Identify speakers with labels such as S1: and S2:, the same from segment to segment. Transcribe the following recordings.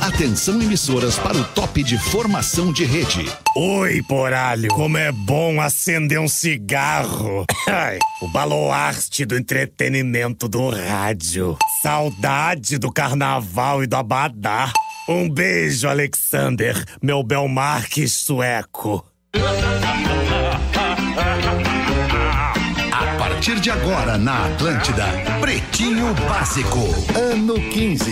S1: Atenção emissoras para o top de formação de rede.
S2: Oi, poralho. Como é bom acender um cigarro. o baluarte do entretenimento do rádio. Saudade do carnaval e do abadá. Um beijo, Alexander, meu Belmarque sueco.
S1: A partir de agora na Atlântida, Pretinho Básico, ano 15.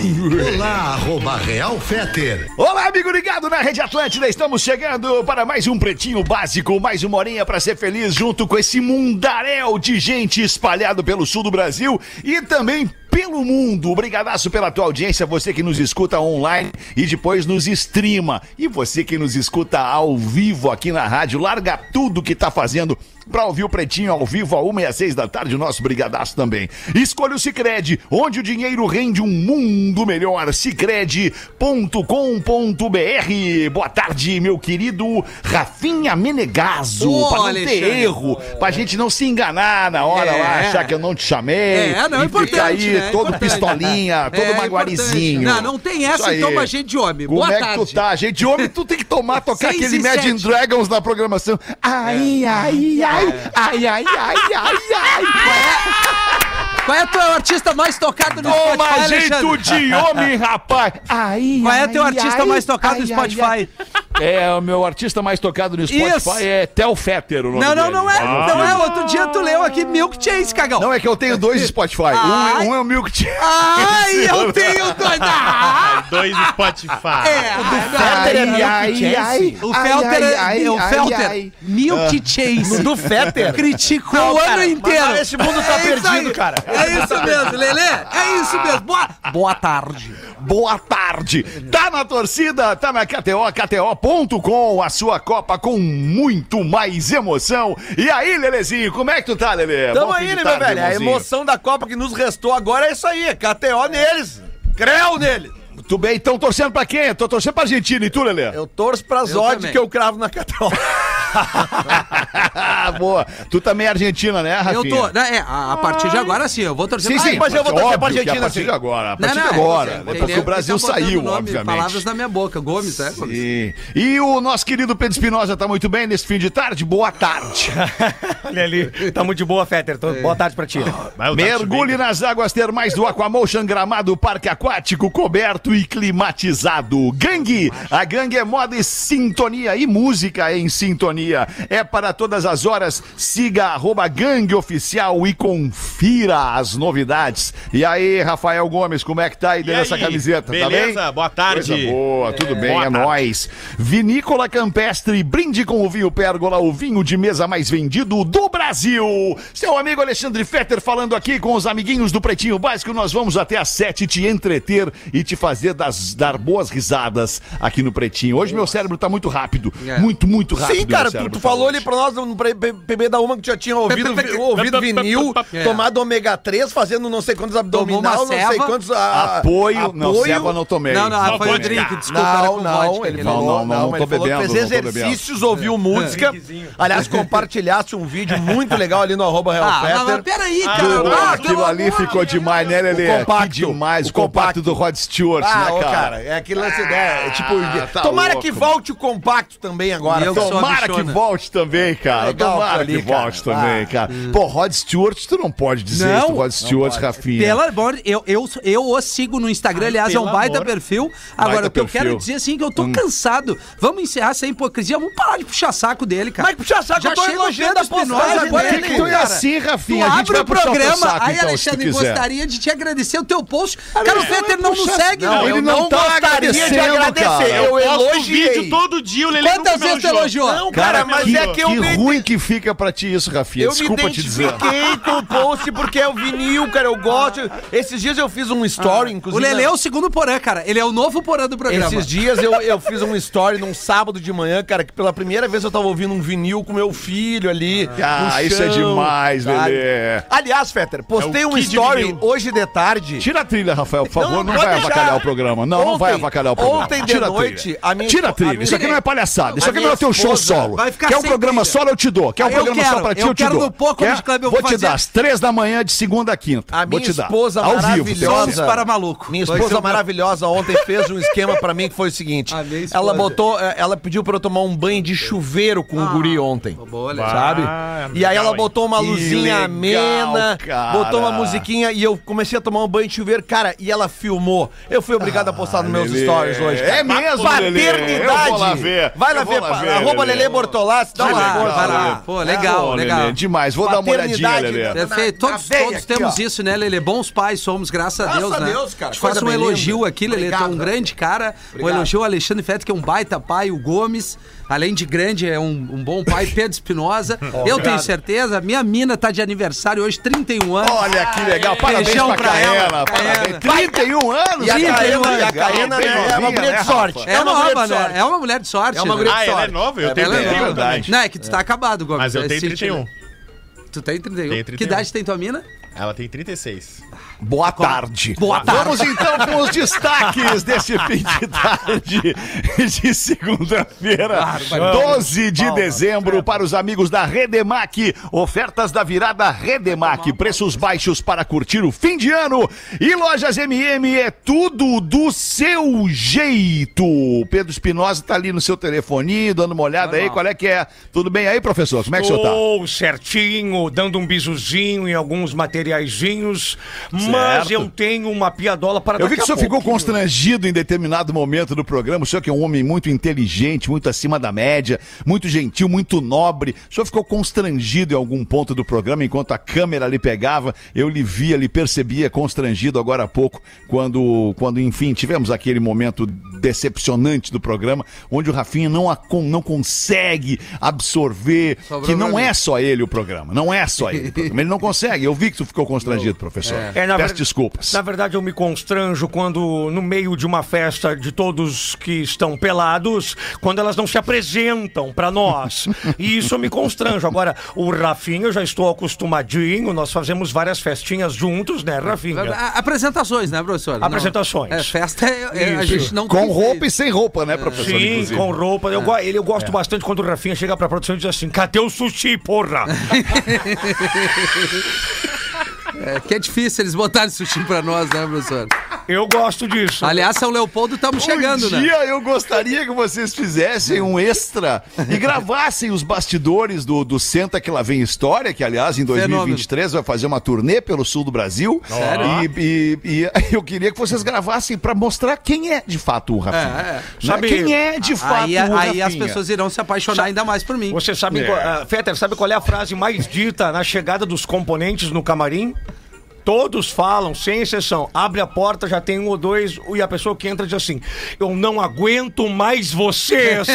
S1: Olá, arroba Real Feter.
S3: Olá, amigo ligado na Rede Atlântida. Estamos chegando para mais um Pretinho Básico, mais uma horinha para ser feliz junto com esse mundaréu de gente espalhado pelo sul do Brasil e também pelo mundo. Obrigadaço pela tua audiência, você que nos escuta online e depois nos streama. E você que nos escuta ao vivo aqui na rádio, larga tudo que tá fazendo pra ouvir o Pretinho ao vivo a uma e às seis da tarde, o nosso brigadaço também. Escolha o Cicred, onde o dinheiro rende um mundo melhor. Cicred.com.br Boa tarde, meu querido Rafinha Menegaso.
S4: Ô,
S3: pra não ter
S4: Alexandre.
S3: erro, pra gente não se enganar na hora
S4: É.
S3: lá, achar que eu não te chamei.
S4: É, não, é
S3: e
S4: importante,
S3: fica aí
S4: né? É
S3: todo
S4: importante.
S3: pistolinha, Ah, todo
S4: É importante.
S3: maguarizinho.
S4: Não, não tem
S3: Isso
S4: essa,
S3: aí.
S4: então a gente de homem.
S3: Como
S4: Boa
S3: é
S4: tarde.
S3: que tu tá? Gente, homem, tu tem que tomar, tocar
S4: Seis
S3: aquele
S4: e
S3: Imagine
S4: sete. É.
S3: Dragons na programação. Ai, ai, ai, ai, ai, ai, ai, ai.
S4: Qual é o teu artista mais tocado no Spotify,
S3: Toma jeito
S4: Alexandre?
S3: de homem, rapaz. Ai,
S4: Qual é
S3: ai,
S4: o teu artista
S3: ai,
S4: mais tocado no
S3: ai, ai,
S4: Spotify?
S3: ai. É, o meu artista mais tocado no Spotify
S4: Isso.
S3: é Tel Fetter, o nome
S4: Não, não,
S3: dele.
S4: não é.
S3: Ah.
S4: Não é. Outro dia tu leu aqui Milk Chase, cagão.
S3: Não, é que eu tenho dois
S4: Ah.
S3: Spotify. Um, é-
S4: Ai.
S3: um é o Milk
S4: Ah, Ai, eu tenho dois. Ah,
S5: Dois Spotify.
S4: é.
S3: Fetter é Milk Chase?
S4: O
S3: Ai,
S4: Felter
S3: ai,
S4: é-
S3: ai,
S4: é o
S3: ai,
S4: Felter.
S3: ai.
S4: Milk Chase. Do Felter. Criticou o ano inteiro. Esse mundo tá perdido, cara. É isso mesmo, Lelê. É isso mesmo. Boa, boa tarde.
S3: Boa tarde. Tá na torcida, tá na KTO, KTO.com, a sua Copa com muito mais emoção. E aí, Lelezinho, como é que tu tá, Lele?
S6: Tamo
S3: Bom fim
S6: aí,
S3: de
S6: né, meu
S3: tarde,
S6: velho? A
S3: irmãozinho.
S6: emoção da Copa que nos restou agora é isso aí. é KTO neles. Creu neles.
S3: Muito bem, então torcendo pra quem? Eu tô torcendo pra Argentina e tu, Lele?
S6: Eu torço pras
S4: Eu
S6: odds
S4: também.
S6: que eu cravo na KTO.
S3: Boa. Tu também é argentina, né, Rafinha?
S4: Eu tô. né, é, a, a partir de agora sim, eu vou torcer
S3: Sim,
S4: pra-
S3: sim,
S6: mas eu vou
S3: óbvio
S6: torcer pra
S3: que A
S6: Argentina,
S3: partir
S6: sim.
S3: de agora, a partir
S4: Não, não,
S3: de
S4: eu
S3: agora.
S4: sei,
S3: né,
S4: tem
S3: porque o
S4: nego que
S3: Brasil
S4: tá botando
S3: saiu,
S4: nome,
S3: obviamente.
S4: Palavras na minha boca, Gomes, né? Gomes?
S3: Sim. E o nosso querido Pedro Espinosa tá muito bem nesse fim de tarde? Boa tarde.
S6: Olha ali. Tamo de boa, Fetter. Tô- Boa tarde pra ti.
S5: Vai, o Darth
S3: Mergulhe
S5: Vader.
S3: nas águas termais do Aquamotion Gramado Parque Aquático, coberto e climatizado. Gangue! A gangue é moda e sintonia e música em sintonia. É para todas as horas. Siga arroba gangue oficial e confira as novidades. E aí, Rafael Gomes, como é que tá aí dentro
S5: E
S3: dessa
S5: aí?
S3: camiseta?
S5: Beleza?
S3: Tá bem?
S5: Boa tarde.
S3: Coisa boa, tudo bem,
S5: Boa
S3: é
S5: tarde.
S3: nóis. Vinícola Campestre, brinde com o vinho Pérgola, o vinho de mesa mais vendido do Brasil. Seu amigo Alexandre Fetter falando aqui com os amiguinhos do Pretinho Básico. Nós vamos até às sete te entreter e te fazer das- dar boas risadas aqui no Pretinho. Hoje meu cérebro tá muito rápido,
S4: É.
S3: muito, muito rápido.
S6: Sim,
S3: meu
S6: cara, tu,
S3: cérebro
S6: tu
S3: tá
S6: falou
S3: hoje.
S6: ali pra nós no pre- pre- PB da Uma que tu já tinha ouvido, vi- ouvido vinil,
S4: É.
S6: tomado ômega 3, fazendo não sei quantos abdominal,
S4: uma
S6: não sei
S4: ceva.
S6: quantos. ah,
S3: Apoio, não, ceba não tomei.
S4: Não, não,
S5: Só
S4: foi o
S5: vodka.
S4: drink, desculpa. era
S6: Não,
S4: com
S6: não,
S4: vodka,
S6: ele
S4: aquele
S6: falou,
S3: né? Não, não, não,
S6: não,
S3: não
S6: ele
S3: tô
S6: falou
S3: bebendo,
S6: que
S3: não
S6: fez
S3: tô bebendo. É.
S6: exercícios, ouviu música.
S4: É.
S6: Aliás, compartilhasse um vídeo muito legal ali no arroba Real
S4: Ah, mas, mas
S6: Fetter.
S4: peraí,
S5: Ah,
S4: cara.
S5: não,
S4: Ah,
S3: Aquilo
S4: pelo
S3: ali
S4: amor
S3: ficou
S4: de
S3: demais, né, Lelê?
S6: O compacto,
S3: Que demais, o
S6: o
S3: compacto
S6: compacto.
S3: do Rod Stewart,
S6: Ah,
S3: né,
S6: ô,
S3: cara?
S6: cara, é aquele lance, né? É tipo,
S3: tá
S6: tomara
S3: louco,
S6: que
S3: mano.
S6: volte o compacto também agora.
S4: Meu
S6: Tom-
S4: só
S3: Tomara que
S4: bichona.
S3: volte também, cara.
S6: Legal,
S3: Tomara
S6: ali,
S3: que
S6: cara.
S3: volte
S6: Ah.
S3: também, cara. Pô, Rod Stewart, tu não pode dizer
S4: Não,
S3: isso, Rod Stewart, Rafinha.
S4: Pelo amor, eu, eu, eu o sigo no Instagram, aliás, é um
S5: pelo
S4: baita
S5: amor.
S4: perfil. Agora,
S3: Baita
S4: o que eu
S3: perfil. Hum.
S4: quero dizer assim é que eu tô cansado. Vamos encerrar essa hipocrisia, vamos parar de puxar saco dele, cara.
S6: Mas puxa saco,
S4: Já
S6: eu tô
S4: chega o
S6: elogiando
S4: Pedro
S6: a postagem
S4: Espinosa, olha
S3: Por que
S6: dele.
S3: que tu é
S4: cara?
S3: assim,
S4: Tu
S3: Rafinha? A gente
S4: abre
S3: vai
S4: o
S3: puxar teu
S4: programa,
S3: saco,
S4: aí,
S3: então, se
S4: Alexandre,
S3: tu quiser.
S4: gostaria de te agradecer o teu post. Cara, o Fetter não nos segue,
S3: Não,
S4: meu.
S3: ele
S6: eu
S3: não
S6: não,
S3: tá
S6: gostaria de
S3: agradecendo, cara.
S6: agradecer.
S3: Eu um
S6: Eu,
S5: Posto
S6: elogiei.
S5: vídeo todo dia, o Lelê
S4: Quantas
S5: nunca me
S4: vezes tu elogiou?
S6: Não,
S3: Cara,
S6: cara, mas
S3: que,
S6: é que eu
S3: que
S6: me
S3: ruim que fica pra ti isso, Rafinha.
S6: Eu
S3: Desculpa
S6: me
S3: te dizer.
S6: identifiquei com o post porque é o vinil, cara. Eu gosto. Esses dias eu fiz um
S3: Ah.
S6: story,
S4: O
S6: inclusive.
S4: Lelê é o segundo porã, cara. Ele é o novo porã do programa.
S6: Esses dias eu, eu fiz um story num sábado de manhã, cara, que pela primeira vez eu tava ouvindo um vinil com meu filho ali.
S3: Ah,
S6: no
S3: isso é
S6: chão,
S3: demais,
S6: sabe?
S3: Lelê.
S6: Aliás, Fetter, postei
S5: É o
S6: um
S5: Kid
S6: story
S5: Vinil.
S6: hoje de tarde.
S3: Tira a trilha, Rafael, por favor. Não, vai
S6: não pode deixar.
S3: avacalhar o programa. Não, não vai
S6: Ontem-
S3: avacalhar o programa.
S6: ontem de
S3: Tira a
S6: noite,
S3: trilha.
S6: a minha
S3: Tira a
S6: espo- a
S3: trilha.
S6: minha-
S3: Isso aqui não é palhaçada. Isso
S6: a
S3: aqui não
S6: minha
S3: é o teu show
S6: esposa-
S3: solo. Deu.
S4: Vai ficar
S3: Quer um
S4: sem
S3: programa
S4: pilha.
S3: só, eu te dou. Quer um
S4: Ah, eu
S3: programa só
S4: quero.
S3: pra ti,
S4: Eu
S3: eu, te
S4: quero
S3: dou.
S4: no Pô Comedy
S3: Quer?
S4: Club, eu
S3: vou,
S4: vou
S3: te
S4: fazer-
S3: dar às três da manhã de segunda a quinta.
S7: A
S3: vou
S7: minha
S3: te dar.
S7: esposa
S3: Ao vivo.
S7: maravilhosa.
S4: Somos para maluco.
S7: Minha
S4: Vai ser
S7: esposa
S4: uma-
S7: maravilhosa ontem fez um esquema pra mim que foi o seguinte.
S3: Ah,
S4: A minha esposa.
S7: Ela botou, eh, ela pediu pra eu tomar um banho de chuveiro com
S3: Ah,
S7: o guri
S3: tá
S7: ontem.
S4: Boa, olha.
S7: Sabe?
S8: Ah,
S7: e aí
S8: legal,
S7: ela
S8: hein?
S7: botou uma luzinha
S3: legal,
S7: amena,
S3: cara.
S7: botou uma musiquinha e eu comecei a tomar um banho de chuveiro, cara, e ela filmou. Eu fui obrigado a postar nos
S8: Ah,
S7: meus
S3: Lelê.
S7: stories hoje. cara.
S3: É mesmo, Lelê?
S7: Paternidade.
S3: Eu vou lá ver.
S7: Vai lá
S3: Eu vou
S7: ver,
S3: lá
S7: pa-
S3: ver,
S7: arroba
S3: Lelê.
S7: Lelê Bortolassi, dá
S4: Vai
S7: uma
S4: lá,
S7: força.
S4: vai lá.
S3: Lelê.
S4: Pô, legal,
S3: Pô, Lelê,
S4: legal.
S3: Demais, vou dar uma olhadinha,
S7: Paternidade, né?
S3: Lelê.
S4: Perfeito,
S7: Na- na
S4: todos,
S7: veia
S4: todos
S7: aqui,
S4: temos
S7: ó.
S4: isso, né, Lelê? Bons pais somos, graças a
S7: Graças
S4: Deus,
S7: a
S4: né?
S7: Deus, cara,
S4: Te faço
S7: coisa
S4: um
S7: bem
S4: elogio
S7: linda.
S4: aqui, Lelê, tu é um
S7: Obrigado.
S4: grande cara.
S7: Obrigado.
S4: Um elogio ao Alexandre Fetter, que é um baita pai, o Gomes, além de grande, é um, um bom pai, Pedro Espinosa. Eu tenho certeza, minha mina tá de aniversário hoje, 31 anos.
S3: Olha que legal, parabéns
S4: Beijão
S3: pra,
S4: pra
S3: Caena,
S4: ela,
S3: parabéns. 31 anos,
S7: E a
S4: 31
S7: Caena,
S4: anos.
S7: e a Caena, né, é uma mulher de sorte.
S4: É uma,
S7: mulher
S4: nova,
S7: de sorte.
S4: né? É uma mulher de sorte.
S7: É uma
S4: né?
S7: guria de
S8: Ah, ela é
S7: sorte.
S8: nova? Eu tenho
S4: Ela é
S8: 31
S4: nova.
S8: também.
S3: verdade.
S4: Não, é que tu tá acabado, Gomes.
S8: Mas eu
S4: É
S8: tenho
S4: sítio,
S8: 31.
S4: né? Tu tem 31.
S8: Tenho
S4: Que
S8: 31.
S4: idade tem tua mina?
S8: Ela tem 36.
S3: Boa tarde.
S4: Boa tarde.
S3: Vamos então com os destaques desse fim de tarde de segunda-feira, 12 de dezembro, para os amigos da Redemac. Ofertas da virada Redemac. Preços baixos para curtir o fim de ano. E Lojas MM é tudo do seu jeito. Pedro Espinosa tá ali no seu telefoninho, dando uma olhada aí. Qual é que é? Tudo bem aí, professor? Como é que o senhor tá?
S9: Tô certinho, dando um bizuzinho em alguns materiaizinhos, mas
S3: Certo.
S9: eu tenho uma piadola para
S3: Eu vi
S9: daqui
S3: que o
S9: a
S3: senhor ficou
S9: pouquinho.
S3: constrangido em determinado momento do programa. O senhor que é um homem muito inteligente, muito acima da média, muito gentil, muito nobre. O senhor ficou constrangido em algum ponto do programa enquanto a câmera lhe pegava. Eu lhe via, lhe percebia constrangido agora há pouco, quando, quando enfim, tivemos aquele momento decepcionante do programa, onde o Rafinha não, a- con- não consegue absorver
S4: Sobrou
S3: que não
S4: pra mim.
S3: é só ele o programa. Não é só ele o programa. Ele não consegue. Eu vi que tu ficou constrangido, professor.
S9: É, na
S3: Peço
S9: ver-
S3: desculpas.
S9: Na verdade, eu me constranjo quando, no meio de uma festa de todos que estão pelados, quando elas não se apresentam pra nós. E isso eu me constranjo. Agora, o Rafinha, eu já estou acostumadinho, nós fazemos várias festinhas juntos, né, Rafinha?
S4: A- Apresentações, né, professor? Não.
S9: Apresentações.
S4: É, festa é- é- a
S9: Isso.
S4: gente não
S3: Com
S4: tem
S3: roupa e
S4: jeito.
S3: sem roupa,
S4: É.
S3: né, professor?
S9: Sim,
S3: inclusive. É.
S9: com roupa. Eu, go- ele, eu gosto bastante quando o Rafinha chega pra produção e diz assim: cadê o sushi, porra?
S4: É, que é difícil eles botarem sushi pra nós, né, professor?
S9: Eu gosto disso.
S4: Aliás, São Leopoldo, estamos chegando,
S3: um
S4: né?
S3: dia eu gostaria que vocês fizessem um extra e gravassem os bastidores do, do Senta Que Lá Vem História, que aliás em 2023 vai fazer uma turnê pelo sul do Brasil.
S4: Sério?
S3: E, e- e eu queria que vocês gravassem pra mostrar quem é de fato o Rafinha.
S4: É, é.
S3: Né?
S9: Sabe-
S3: quem é de fato
S4: Aí,
S3: o Rafinha.
S4: aí as pessoas irão se apaixonar ainda mais por mim.
S9: Você sabe, qual, ah, Fetter, sabe qual é a frase mais dita na chegada dos componentes no camarim? Todos falam, sem exceção. Abre a porta, já tem um ou dois, e a pessoa que entra diz assim: Eu não aguento mais vocês.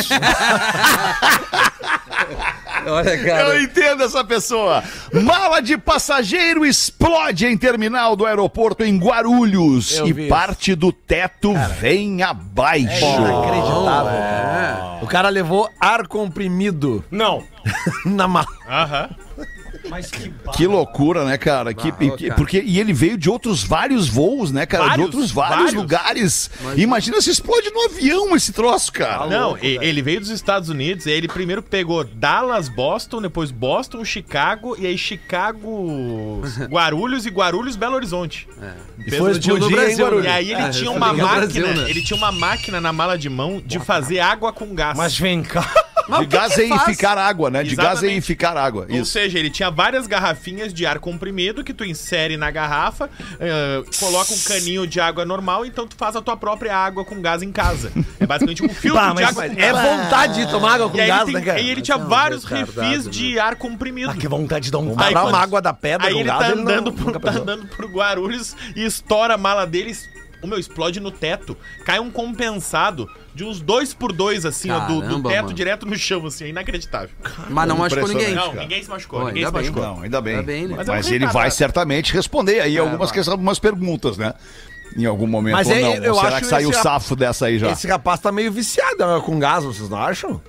S4: Olha,
S3: Eu entendo essa pessoa. Mala de passageiro explode em terminal do aeroporto em Guarulhos
S7: Eu
S3: e
S7: vi
S3: parte do teto vem abaixo.
S7: Inacreditável.
S4: né?
S3: Ah,
S7: O cara levou ar comprimido
S9: não.
S7: na mala.
S8: Aham.
S3: que loucura, né, cara? Que, e-
S4: cara.
S3: Porque e ele veio de outros vários voos, né, cara? de
S8: Vários,
S3: outros vários,
S8: vários.
S3: lugares. Imagina se explode no avião esse troço, cara.
S8: Não, e- ele veio dos Estados Unidos, aí ele primeiro pegou Dallas, Boston, depois Boston, Chicago, e aí Chicago, Guarulhos e Guarulhos, Belo Horizonte.
S7: É. E foi
S8: Peso-
S7: explodir em
S8: né? E
S7: Guarulhos. Ah,
S8: aí ele
S4: É,
S8: tinha
S4: isso
S8: uma
S4: é legal,
S8: máquina,
S4: Brasil, né?
S8: ele tinha uma máquina na mala de mão de fazer água com gás.
S9: Mas vem cá.
S3: De gaseificar água, né? De
S8: Exatamente.
S3: gaseificar água.
S8: Ou
S3: Isso.
S8: seja, ele tinha várias garrafinhas de ar comprimido que tu insere na garrafa, eh, coloca um caninho de água normal, então tu faz a tua própria água com gás em casa. É basicamente um filtro
S9: Bah,
S8: de
S9: mas-
S8: água com
S9: é
S8: gás.
S7: vontade de tomar água com
S8: E aí,
S7: gás,
S8: ele,
S7: né,
S8: tem-
S7: cara?
S8: aí ele tinha vários refis
S7: né?
S8: de ar comprimido.
S9: Ah, que vontade de dar um
S8: Aí
S7: Parar
S8: quando-
S7: uma água da pedra
S8: Aí
S7: com
S8: ele
S7: gás,
S8: tá
S7: É ele não-
S8: andando,
S7: nunca
S8: por, tá
S7: pensou.
S8: andando por Guarulhos e estoura a mala deles. O meu explode no teto. Cai um compensado de uns dois por dois, assim, ó, do, do
S4: Caramba,
S8: teto
S4: mano.
S8: direto no chão, assim. É inacreditável.
S4: Mas não machucou
S3: Impressionante.
S4: ninguém.
S8: Não, ninguém se machucou.
S4: Pô,
S8: ninguém se
S4: ainda bem.
S8: machucou.
S3: Não, ainda bem.
S4: Ainda bem, né?
S3: Mas,
S8: Mas é um
S3: ele vai
S8: retardado.
S3: certamente responder aí algumas,
S4: vai.
S3: questões, algumas perguntas, né? Em algum momento
S7: Mas
S3: ou
S7: é-
S3: não.
S7: eu
S3: Ou será
S7: acho
S3: que saiu
S7: esse a-
S3: safo dessa aí já?
S7: é
S4: É.
S7: Esse rapaz tá meio viciado né, com gás, vocês não acham?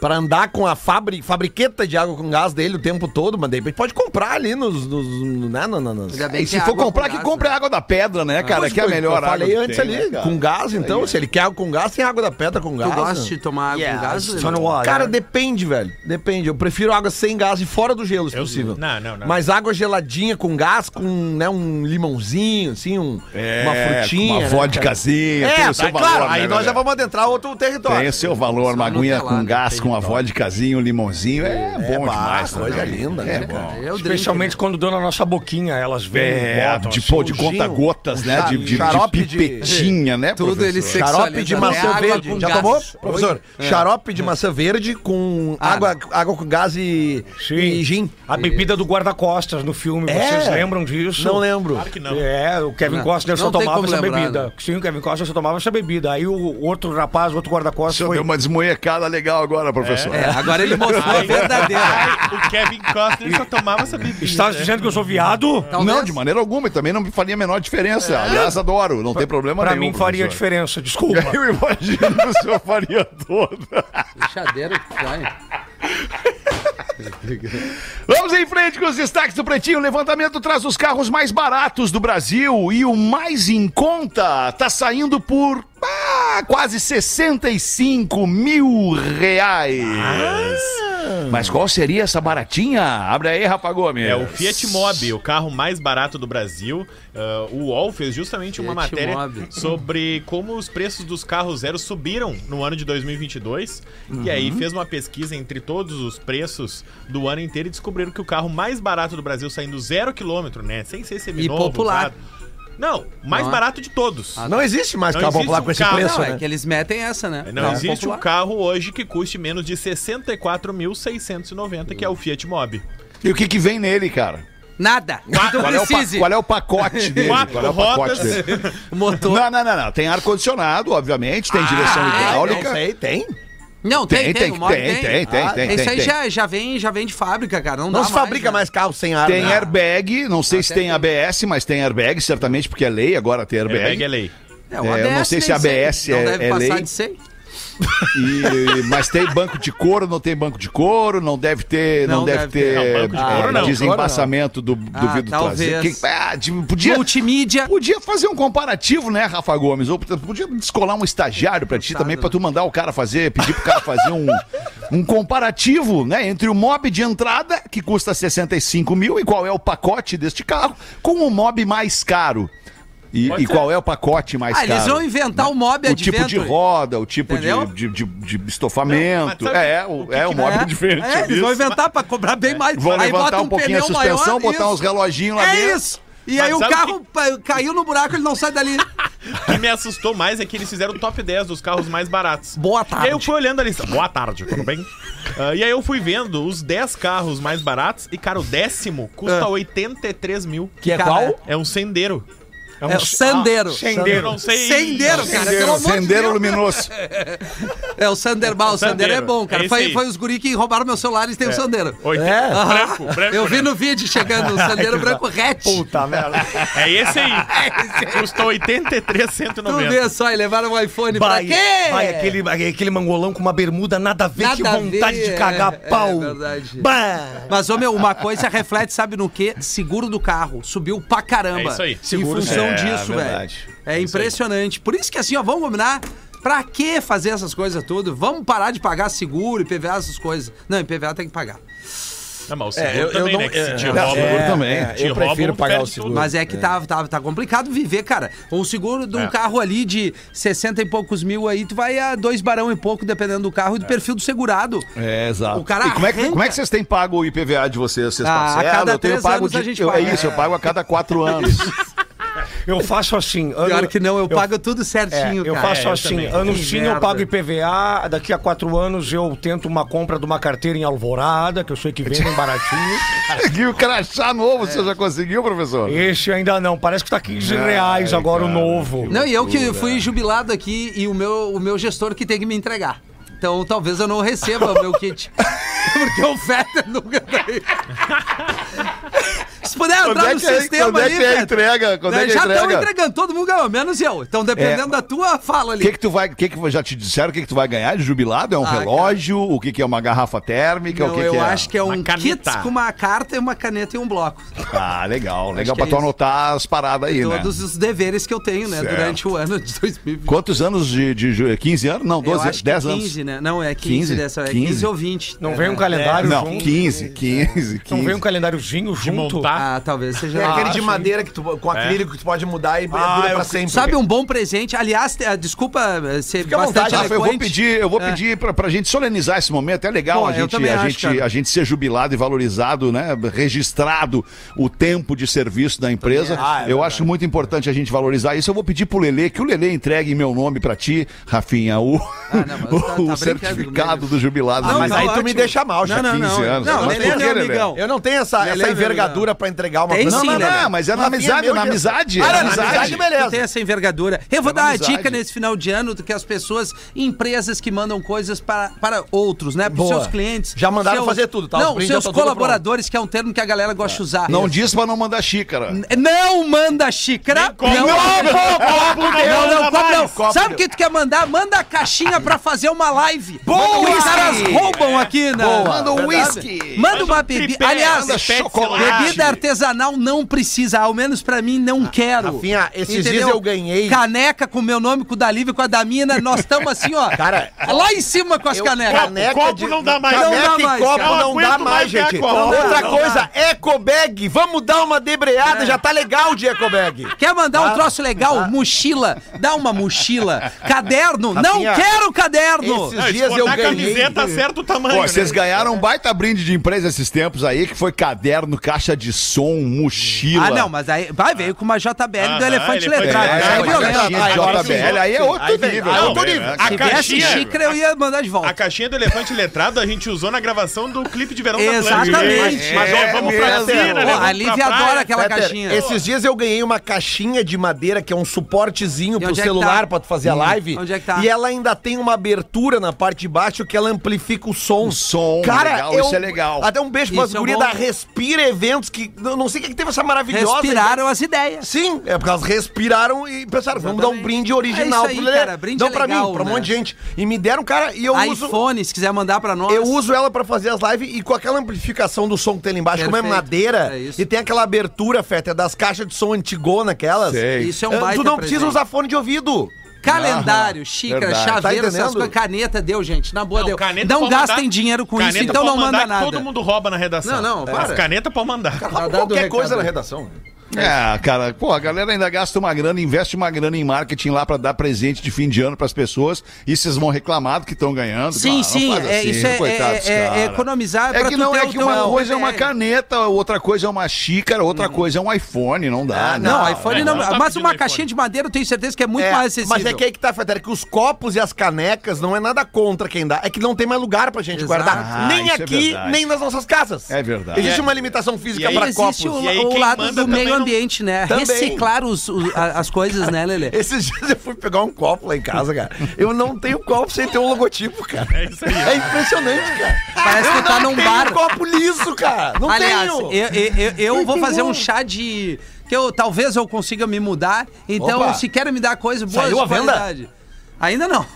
S7: Pra andar com a fabri, fabriqueta de água com gás dele o tempo todo, mas de repente pode comprar ali nos. nos, nos né, na- na- nas-
S4: Ainda bem
S3: E
S4: que
S3: se
S4: é
S3: for
S4: água
S3: comprar,
S4: com
S3: que
S4: gás,
S3: compre
S4: né?
S3: água da pedra, né, cara?
S7: Pois,
S3: Que é a
S7: pois,
S3: melhor
S7: eu
S3: água.
S7: falei
S3: que
S7: antes
S3: tem,
S7: ali,
S3: né, cara?
S7: com gás, então, se ele quer água com gás, tem água da pedra com gás.
S4: Tu gosta
S7: né?
S4: de tomar água né? com gás?
S9: Só no
S4: Lelê?
S9: óleo.
S7: Cara, depende, velho. Depende. Eu prefiro água sem gás e fora do gelo, se possível.
S8: Não, não, não.
S7: Mas água geladinha com gás, com né, um limãozinho, assim, um,
S3: É,
S7: uma frutinha.
S3: Uma
S7: né, cara?
S3: vodkazinha,
S7: É,
S3: tem o seu
S7: tá,
S3: valor.
S7: claro.
S3: né,
S7: aí
S3: né,
S7: nós já
S3: velho?
S7: vamos adentrar outro território.
S3: Tem o seu valor, uma
S4: Só
S3: aguinha
S4: Nutella,
S3: com gás,
S4: tem
S3: com a vodkazinha, um limãozinho, é, bom
S7: bah,
S3: demais. né,
S7: coisa
S3: velho?
S7: linda,
S3: é
S7: né,
S3: bom.
S4: É o drink,
S9: Especialmente
S4: né?
S9: quando deu na nossa boquinha, elas vêm.
S3: É,
S9: botam
S3: de,
S9: assim.
S3: pô, de
S7: gin,
S3: conta-gotas, né? De, de, de
S7: xarope de-
S3: pipetinha, né,
S4: Tudo ele
S3: professor?
S4: sexualiza.
S7: Xarope de
S4: né?
S7: maçã
S4: Água
S7: verde.
S4: com
S7: Já
S4: gás.
S7: tomou,
S4: Oi? É.
S7: professor? Xarope de maçã verde com
S4: Ah,
S7: água, água com gás e,
S9: Sim.
S7: e gin.
S9: A bebida do guarda-costas no filme,
S7: É.
S9: vocês lembram disso?
S7: Não lembro.
S8: Claro que não.
S9: É, o Kevin
S4: Não.
S9: Costner só
S4: Não tem
S9: tomava
S4: como
S9: essa
S4: lembrar,
S9: bebida.
S4: né?
S9: Sim, o Kevin Costner só tomava essa bebida. Aí o outro rapaz, o outro
S3: O
S9: guarda-costas
S3: senhor
S9: foi...
S3: deu uma desmonhecada legal agora, professor.
S4: É, agora ele
S3: Ah,
S4: mostrou a
S8: Ai,
S4: verdadeira.
S8: ai, o Kevin Costner só tomava essa bebida.
S9: Estás dizendo que eu sou viado?
S4: Talvez.
S3: É. Não, de maneira alguma, e também não me faria a menor diferença. Aliás, adoro, não tem problema
S9: Pra
S3: nenhum.
S9: mim faria
S3: um professor.
S9: diferença, desculpa.
S3: Eu imagino que o senhor faria toda.
S4: Puxadeira que sai.
S3: Vamos em frente com os destaques do Pretinho. O levantamento traz os carros mais baratos do Brasil e o mais em conta tá saindo por ah, quase 65 mil reais. Mas qual seria essa baratinha? Abre aí, Rafa Gomes.
S8: É o Fiat Mobi, o carro mais barato do Brasil. Ah, o UOL fez justamente uma
S4: Fiat
S8: matéria
S4: Mobi.
S8: sobre como os preços dos carros zero subiram no ano de 2022. E aí
S4: Uhum.
S8: fez uma pesquisa entre todos os preços do ano inteiro e descobriram que o carro mais barato do Brasil saindo zero quilômetro, né? Sem ser seminovo.
S4: popular.
S8: usado. Não, mais
S4: Não é?
S8: barato de todos.
S7: Não existe mais
S8: Não
S7: carro
S8: existe
S7: popular
S8: um
S7: com esse
S8: carro-
S7: preço,
S4: Não,
S7: né?
S4: é que eles metem essa, né?
S8: Não
S4: Carro
S8: existe um
S4: popular.
S8: carro hoje que custe menos de 64.690, que
S4: Hum.
S8: é o Fiat Mobi.
S3: E o que, que vem nele, cara?
S4: Nada. Que tu
S3: Qual é, o pa-
S4: Então precise.
S3: qual é o pacote dele?
S8: Quatro
S3: qual é o pacote dele?
S8: rodas.
S4: Motor.
S3: Não, não, não, não. Tem ar-condicionado, obviamente, tem direção
S4: é,
S3: hidráulica.
S7: sei, tem.
S4: Não, tem, tem, o Mobi
S3: tem, tem, tem,
S7: Ah,
S3: tem,
S4: Esse
S3: tem,
S4: aí
S3: tem.
S4: Já, já, vem, já vem de fábrica, cara. Não,
S7: Não
S4: dá
S7: se fabrica
S4: né?
S7: mais carro sem ar.
S3: Tem
S7: né?
S3: airbag, não sei se tem ABS, mas tem airbag, certamente, porque é lei agora ter airbag.
S8: Airbag é lei.
S4: É,
S3: É, eu não sei se
S4: nem
S3: ABS é-
S4: Não deve
S3: é
S4: passar
S3: lei.
S4: de 100.
S3: E- mas tem banco de couro, não tem banco de couro, não deve ter, não,
S4: Não
S3: deve,
S4: deve
S3: ter,
S8: ter. Não, banco de
S3: ah,
S8: couro não.
S3: desembaçamento do, do
S4: Ah,
S3: vidro
S4: talvez.
S3: traseiro. Que- ah, de- podia,
S4: Multimídia.
S3: podia fazer um comparativo, né, Rafa Gomes? Ou podia descolar um estagiário pra ti
S4: Coitado,
S3: também, pra
S4: né?
S3: tu mandar o cara fazer, pedir pro cara fazer um, um comparativo, né, entre o mob de entrada, que custa 65 mil, e qual é o pacote deste carro, com o mob mais caro. E,
S8: Pode
S3: e
S8: ser.
S3: qual é o pacote mais
S4: Ah,
S3: caro?
S4: eles vão inventar o Mob
S3: o tipo de
S4: Adventure.
S3: roda, o tipo de,
S4: Entendeu?
S3: de, de- de estofamento.
S8: Não, mas sabe
S3: é,
S8: o
S3: o,
S8: que
S3: é
S8: que
S3: o mob
S4: É,
S3: diferente.
S4: é, eles vão
S8: isso.
S4: inventar pra cobrar bem mais.
S3: Vão levantar um, pouquinho a
S4: pneu
S3: suspensão,
S4: maior,
S3: botar
S4: isso.
S3: uns reloginhos lá
S4: É
S3: dentro.
S4: isso. E
S8: Mas
S4: aí o
S8: sabe
S4: carro pa- caiu no buraco, ele não sai dali.
S8: O que me assustou mais é que eles fizeram o top 10 dos carros mais baratos.
S4: Boa
S8: E aí eu
S4: tarde.
S8: fui olhando a lista. Boa tarde, tudo bem? Ah, e aí eu fui vendo os 10 carros mais baratos e, cara, o décimo custa 83 mil.
S7: Ah. Que é
S4: Cara,
S7: qual?
S8: É um sendeiro. um
S4: É o Sandeiro.
S8: Eu
S9: Sendeiro.
S8: Ah, não sei.
S4: Sendeiro, cara. Pelo amor de
S3: Sendeiro
S4: Deus.
S3: luminoso.
S4: É o Sandeiro. Bah, o Sandeiro é bom, cara.
S8: Esse
S4: Foi,
S8: aí.
S4: foi os guri que roubaram meu celular e tem o Sandeiro.
S8: Oito-
S7: É?
S8: Branco, branco.
S4: Eu vi
S8: né?
S4: no vídeo chegando o Sandeiro branco hatch.
S9: Puta merda.
S8: É esse aí. Custa 83,
S4: Tu vê
S8: 190.
S4: só, e levaram o iPhone pra
S9: Vai,
S4: quê?
S9: vai, aquele, aquele mangolão com uma bermuda nada a ver,
S4: Nada
S9: que
S4: a
S9: vontade
S4: ver,
S9: de cagar
S4: é,
S9: pau.
S4: é verdade.
S9: Bah.
S4: Mas, ô meu, uma coisa reflete, sabe no quê? Seguro do carro. Subiu pra caramba.
S8: É isso aí.
S4: em função
S7: é,
S4: disso, velho.
S7: verdade.
S4: É impressionante. Por isso que assim, ó, vamos combinar. Pra que fazer essas coisas tudo? Vamos parar de pagar seguro, IPVA, essas coisas. Não, IPVA tem que pagar.
S8: Não, mas o
S7: É,
S8: seguro
S7: eu, eu
S8: também,
S7: não.
S8: né? Que se te
S7: é,
S8: roubam,
S7: é,
S3: também.
S7: é,
S8: Te
S7: eu
S8: roubam,
S7: prefiro pagar o
S8: perde
S7: seguro.
S8: tudo.
S4: Mas é que tá, tá, tá complicado viver, cara. Um seguro de um
S8: É.
S4: carro ali de 60 e poucos mil aí, tu vai a dois barão e pouco, dependendo do carro e do perfil do segurado.
S3: É, exato.
S4: O cara
S3: e como é, que,
S4: arranca.
S3: como é que vocês têm pago o IPVA de vocês? Vocês
S4: Ah, a
S3: parcelam?
S4: cada
S3: eu tenho
S4: três
S3: pago
S4: anos
S3: de,
S4: a gente
S3: eu-
S4: paga.
S3: É isso, eu pago a cada quatro anos.
S9: Eu faço assim. ano-
S4: Pior que não, eu, pago tudo certinho,
S9: eu
S4: cara.
S9: faço
S8: É, eu
S9: assim,
S8: também.
S9: ano
S4: Que
S9: sim eu
S4: merda.
S9: pago IPVA, daqui a quatro anos eu tento uma compra de uma carteira em Alvorada, que eu sei que vendem baratinho.
S3: Conseguiu crachá novo,
S4: É.
S3: você já conseguiu, professor?
S9: Esse ainda não, parece que tá 15 reais agora o novo.
S4: Não, e eu que fui jubilado aqui e o meu, o meu gestor que tem que me entregar. Então talvez eu não receba o meu kit. Porque o Feta nunca veio. tá Se puder entrar no
S7: Quando é que é-
S4: sistema
S7: quando é
S4: ali,
S7: que é a
S4: velho.
S7: entrega? Quando é que é a
S4: Já estão
S7: entrega? É.
S4: entregando, todo mundo ganhou, menos eu. Então, dependendo da tua fala
S3: O que
S4: ali.
S3: que tu vai, o que que já te disseram, o que que tu vai ganhar de jubilado? É um
S4: Ah, cara.
S3: relógio, o que que é uma garrafa térmica,
S4: Não,
S3: o que
S4: eu
S3: que é?
S4: acho que é
S8: Uma
S4: um kit
S8: caneta.
S4: com uma carta, uma caneta e um bloco.
S3: Ah, legal, legal
S4: que
S3: pra
S4: é
S3: tu
S4: isso.
S3: anotar as paradas aí, né?
S4: Todos os deveres que eu tenho, né?
S3: Certo.
S4: Durante o ano de 2020.
S3: Quantos anos de, de ju- 15 anos? Não,
S4: Eu
S3: 12 anos,
S4: acho que
S3: 10 anos.
S4: 15, né? Não, é 15,
S3: 15?
S4: dessa, é 15,
S3: 15
S4: ou 20.
S9: Não
S4: É,
S9: vem um
S4: né?
S9: calendário
S3: Não,
S9: junto?
S3: 15, 15, 15.
S9: Não vem um calendáriozinho junto?
S8: montar?
S4: Ah, talvez seja.
S6: É aquele de
S4: Ah,
S6: madeira que tu, com acrílico que tu pode mudar e dura pra sempre.
S4: Sabe um bom presente? Aliás, te- ah, desculpa eh, ser bastante
S3: Rafa, eu vou
S4: eloquente.
S3: pedir, eu vou
S4: É.
S3: pedir pra, pra gente solenizar esse momento. É legal
S4: Bom,
S3: a
S4: eu
S3: gente,
S4: também
S3: a,
S4: acho,
S3: gente,
S4: cara.
S3: a gente ser jubilado e valorizado, né? Registrado o tempo de serviço da empresa.
S4: Também acho.
S3: eu acho muito importante a gente valorizar isso. Eu vou pedir pro Lelê que o Lelê entregue em meu nome pra ti, Rafinha, o,
S4: não, mas tá- tá
S3: o
S4: brincando
S3: certificado
S4: comigo.
S3: do jubilado.
S4: Ah,
S6: mas
S4: não,
S6: aí tu
S4: ótimo.
S6: me deixa mal, já
S4: Não, não,
S3: 15
S4: não.
S3: anos.
S4: Não,
S3: Mas
S4: Lelê
S3: por quê,
S4: não,
S3: Lelê?
S4: amigão.
S6: Eu não tenho essa,
S4: Lelé,
S6: essa
S4: meu
S6: envergadura
S4: amigão.
S6: pra entregar uma
S4: Tem
S6: coisa.
S4: sim,
S7: assim.
S6: Não, não,
S4: Lelé.
S6: não,
S3: mas é na
S6: Rafinha
S3: amizade,
S6: meu
S3: na
S6: de-
S3: amizade.
S6: Ah,
S3: é
S6: não,
S3: na
S6: na amizade,
S3: amizade.
S6: beleza.
S4: Tu tem essa envergadura. Eu vou
S3: uma
S4: dar uma
S3: amizade.
S4: dica nesse final de ano do que as pessoas, empresas que mandam coisas para, para outros, né? Para os
S6: Boa.
S4: seus clientes.
S6: Já mandaram
S4: seus-
S6: fazer tudo, tá? Os
S4: Não,
S6: brindes
S4: seus
S6: já tá tudo
S4: colaboradores, que é um termo que a galera gosta de usar.
S3: Não diz pra não mandar xícara.
S4: Não manda xícara.
S8: compra.
S4: Não, não, não,
S8: Deus, jamais.
S4: compra, não. Sabe o que tu quer mandar? Manda a caixinha pra fazer uma live. Boa! os caras roubam aqui, né?
S3: Manda um whisky.
S4: Manda uma
S8: um tripé,
S4: bebida. Aliás,
S8: manda chocolate.
S4: bebida artesanal não precisa. Ao menos pra mim, não quero.
S6: Ah, Rafinha, esses dias eu ganhei.
S4: Caneca com meu nome, com o da Lívia, com a da Mina. Nós estamos assim, ó.
S6: Cara,
S4: lá em cima com as
S6: eu-
S4: canecas.
S6: caneca
S8: copo
S6: de-
S8: não dá mais.
S4: Não dá
S6: Caneca
S4: mais,
S6: e copo
S4: cara.
S8: Eu
S6: não
S8: aguento
S6: dá mais,
S8: mais ver
S6: gente.
S8: copo. Não
S6: Outra
S8: dá, não
S6: coisa, ecobag. Vamos dar uma debreada, já tá legal de ecobag.
S4: Quer mandar
S6: Ah.
S4: um troço legal? Mochila. Dá uma mochila. Caderno. Não
S6: Rafinha,
S4: quero caderno.
S6: esses-
S8: Não,
S6: dias eu
S8: exportar
S6: ganhei-
S8: camiseta certo o tamanho.
S3: Pô,
S8: né?
S3: vocês ganharam um baita brinde de empresa esses tempos aí, que foi caderno, caixa de som, mochila.
S4: Ah, não, mas aí vai, veio com uma JBL do
S8: Aham,
S4: Elefante
S8: elefante
S4: Letrado.
S8: letrado.
S4: Aí é
S3: É,
S4: violento.
S3: caixinha de
S8: Agora sim.
S3: JBL, aí é outro
S6: Aí vem-
S3: nível.
S6: aí
S3: é
S6: eu
S8: tô
S3: outro
S8: livre.
S3: nível.
S8: A
S4: Se tivesse
S8: caixinha-
S4: xícara, eu ia mandar de
S8: A
S4: volta.
S8: caixinha do elefante letrado a gente usou na gravação do clipe de verão
S4: Exatamente.
S8: da Atlântida. Mas, mas ó, vamos pra
S6: mesmo.
S8: cena, né?
S4: Pô,
S8: Vamos
S4: a Lívia
S8: pra praia.
S4: adora aquela
S6: Peter,
S4: caixinha.
S6: Esses dias eu ganhei uma caixinha de madeira que é um suportezinho
S4: E
S6: pro
S4: onde é que
S6: celular
S4: tá?
S6: pra tu fazer a live.
S4: Onde é que tá?
S6: E ela ainda tem uma abertura na parte de baixo que ela amplifica o som.
S3: O som,
S6: Cara,
S3: legal,
S6: eu-
S3: isso é legal.
S6: Até um beijo pra
S4: Isso é
S6: guria
S4: bom.
S6: da Respira Eventos que eu não sei o que, que teve essa maravilhosa.
S4: Respiraram as ideias.
S6: Sim, é porque elas respiraram e pensaram, vamos dar um
S4: Exatamente.
S6: brinde original
S4: É isso aí,
S6: Lelê.
S4: cara, brinde
S6: Não
S4: é
S6: pra
S4: legal,
S6: mim, pra um
S4: né?
S6: monte de gente. E me deram, cara, e eu uso
S4: iPhone, se quiser mandar pra nós.
S6: eu uso ela pra fazer as lives e com aquela amplificação do som que tem ali embaixo, como é
S4: Perfeito,
S6: madeira,
S4: é isso.
S6: e tem aquela abertura, Feta, das caixas de som antigona aquelas.
S3: Sei.
S4: Isso é um
S6: eh,
S4: baita
S6: tu não precisa
S4: presente.
S6: usar fone de ouvido.
S4: Calendário, xícara,
S3: verdade.
S6: Tá
S4: chaveiro,
S6: entendendo?
S4: essas coisas. Caneta deu, gente. Na boa, deu.
S8: caneta
S4: Não
S8: pode
S4: gastem
S8: mandar-
S4: dinheiro com isso,
S8: caneta
S4: então
S8: pode
S4: não manda
S8: mandar,
S4: nada.
S8: Todo mundo rouba na redação.
S4: Não, não, para.
S8: As caneta pra mandar.
S4: Tá dado o
S6: Qualquer
S4: recado.
S6: coisa né? na redação.
S3: É, cara, pô, a galera ainda gasta uma grana, investe uma grana em marketing lá pra dar presente de fim de ano pras pessoas e vocês vão reclamar do que estão ganhando.
S4: Sim,
S3: Claro, não
S4: sim,
S3: faz
S4: é,
S3: assim,
S4: isso é,
S3: coitados,
S4: é- é-
S3: cara.
S4: é economizar
S3: É
S4: pra
S3: que
S4: tu
S3: não,
S4: ter
S3: é
S4: o
S3: que
S4: teu-
S3: uma coisa é uma
S4: é.
S3: caneta, outra coisa é uma xícara, outra coisa é um iPhone, não dá. né?
S4: Uhum. Ah, Não, iPhone
S8: é,
S4: não.
S8: não tá
S4: mas
S8: pedindo
S4: uma
S8: iPhone.
S4: caixinha de madeira eu tenho certeza que é muito
S6: É,
S4: mais acessível.
S6: Mas é que aí que tá, Feta, é que os copos e as canecas não é nada contra quem dá. É que não tem mais lugar pra gente
S4: Exato.
S6: guardar.
S3: Ah,
S6: nem
S3: isso é
S6: aqui,
S3: verdade.
S6: nem nas nossas casas.
S3: É verdade.
S6: Existe
S8: E é-
S6: uma limitação física
S8: e aí
S6: pra copos.
S4: existe o,
S8: E aí
S4: o
S8: quem
S4: lado
S8: manda
S4: do
S8: também
S4: meio
S8: não-
S4: ambiente, né?
S6: Também.
S4: Reciclar os, os- a- as coisas, né, Lelê?
S6: Esses dias eu fui pegar um copo lá em casa, cara. Eu não tenho copo sem ter um logotipo, cara. É
S8: isso aí.
S6: impressionante, cara.
S4: Parece
S6: eu
S4: que tá
S6: não
S4: num
S6: tenho um
S4: bar.
S6: copo liso, cara. Não
S4: Aliás, eu,
S6: tenho.
S4: eu- eu- eu vou fazer um chá de. que eu talvez eu consiga me mudar. Então,
S6: Opa.
S4: se querem me dar coisa boa,
S6: Saiu a venda?
S4: Ainda não.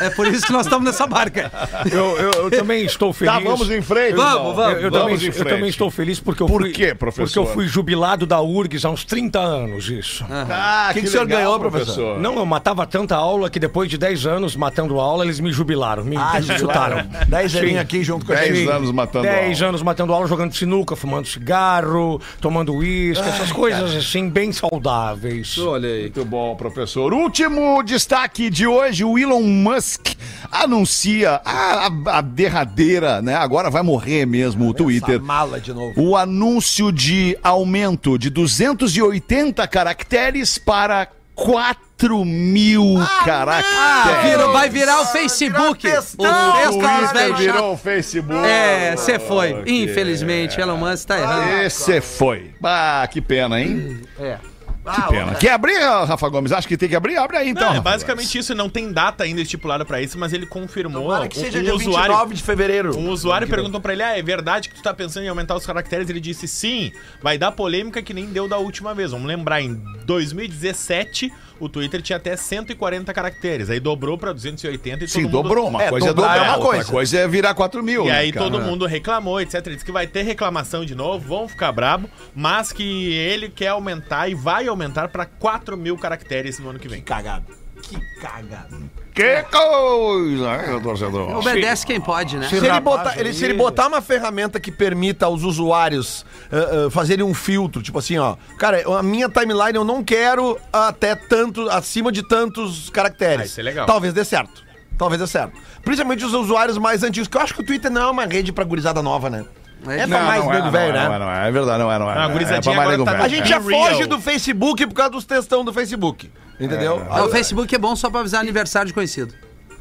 S4: É por isso que nós estamos nessa barca.
S9: Eu, eu- eu também estou feliz.
S3: Tá, vamos em frente.
S4: Vamos,
S3: irmão.
S4: vamos.
S9: Eu, eu
S3: Vamos
S9: também,
S3: em
S9: eu
S3: frente.
S9: também estou feliz porque eu
S3: Por
S9: fui.
S3: quê, professor?
S9: Porque eu fui jubilado da URGS há uns 30 anos, isso.
S3: Ah,
S6: que o senhor ganhou, professor?
S9: Não, eu matava tanta aula que depois de 10 anos matando aula, eles me jubilaram. Me
S6: Ah,
S9: chutaram.
S6: Dez aninhos aqui junto com a gente.
S3: 10 anos matando
S9: 10
S3: aula.
S9: anos matando aula, jogando sinuca, fumando cigarro, tomando uísque, essas coisas assim, bem saudáveis.
S4: Olha aí.
S3: Muito bom, professor. Último destaque de hoje, o Elon Musk anuncia a, a- a derradeira, né? Agora vai morrer mesmo o Twitter.
S6: mala de novo.
S3: O anúncio de aumento de 280 caracteres para 4 mil
S4: Ah,
S3: caracteres.
S4: virou- vai virar o Facebook.
S6: Virou
S4: o
S6: textão,
S4: texto dos
S3: Twitter
S4: velhos chatos.
S3: virou o Facebook.
S4: É, você foi.
S3: Ok.
S4: Infelizmente, Elon Musk tá errando.
S3: Esse foi. Ah, que pena, hein?
S4: É.
S3: Que pena. Quer abrir, ó, Rafa Gomes? Acho que tem que abrir? Abre aí então.
S8: Não, é
S3: Rafa
S8: basicamente isso, não tem data ainda estipulada pra isso, mas ele confirmou.
S7: Tomara que
S8: um-
S7: seja
S8: um
S7: dia
S8: usuário-
S7: 29 de fevereiro.
S8: Um usuário perguntou pra ele: Ah, é verdade que tu tá pensando em aumentar os caracteres? Ele disse: Sim, vai dar polêmica que nem deu da última vez. Vamos lembrar, em 2017 o Twitter tinha até 140 caracteres, aí dobrou pra 280 e
S3: Sim,
S8: todo mundo-
S3: dobrou. Uma
S7: É,
S3: coisa é
S7: dobrar
S3: dobrar,
S7: é uma
S3: outra
S7: coisa.
S3: coisa é virar 4 mil.
S8: E
S3: né,
S8: aí
S3: cara?
S8: todo mundo reclamou, etc. Diz que vai ter reclamação de novo, vão ficar brabo, mas que ele quer aumentar e vai aumentar pra 4 mil caracteres no ano que vem.
S7: Cagado. Que cagado.
S3: Que coisa, hein, torcedor?
S8: é
S4: Obedece quem pode, né?
S7: Sim.
S6: Se ele,
S7: rapaz,
S6: botar, ele- se ele
S7: aí.
S6: botar uma ferramenta que permita aos usuários ah, ah, fazerem um filtro, tipo assim, ó, cara, a minha timeline eu não quero até tanto, acima de tantos caracteres.
S8: Ah, isso é legal.
S6: Talvez dê certo. Talvez dê certo. Principalmente os usuários mais antigos, que eu acho que o Twitter não é uma rede pra gurizada nova, né?
S4: É.
S6: É, pra mais nego velho, né?
S3: não é, é verdade, não é, não é.
S8: Não, a
S3: é
S8: gurizadinha
S3: pra mais
S8: agora
S3: nego
S8: tá-
S3: velho.
S6: A gente já
S8: Be real.
S6: foge do Facebook por causa dos textão do Facebook. Entendeu?
S4: Ah, o Facebook é bom só pra avisar aniversário de conhecido.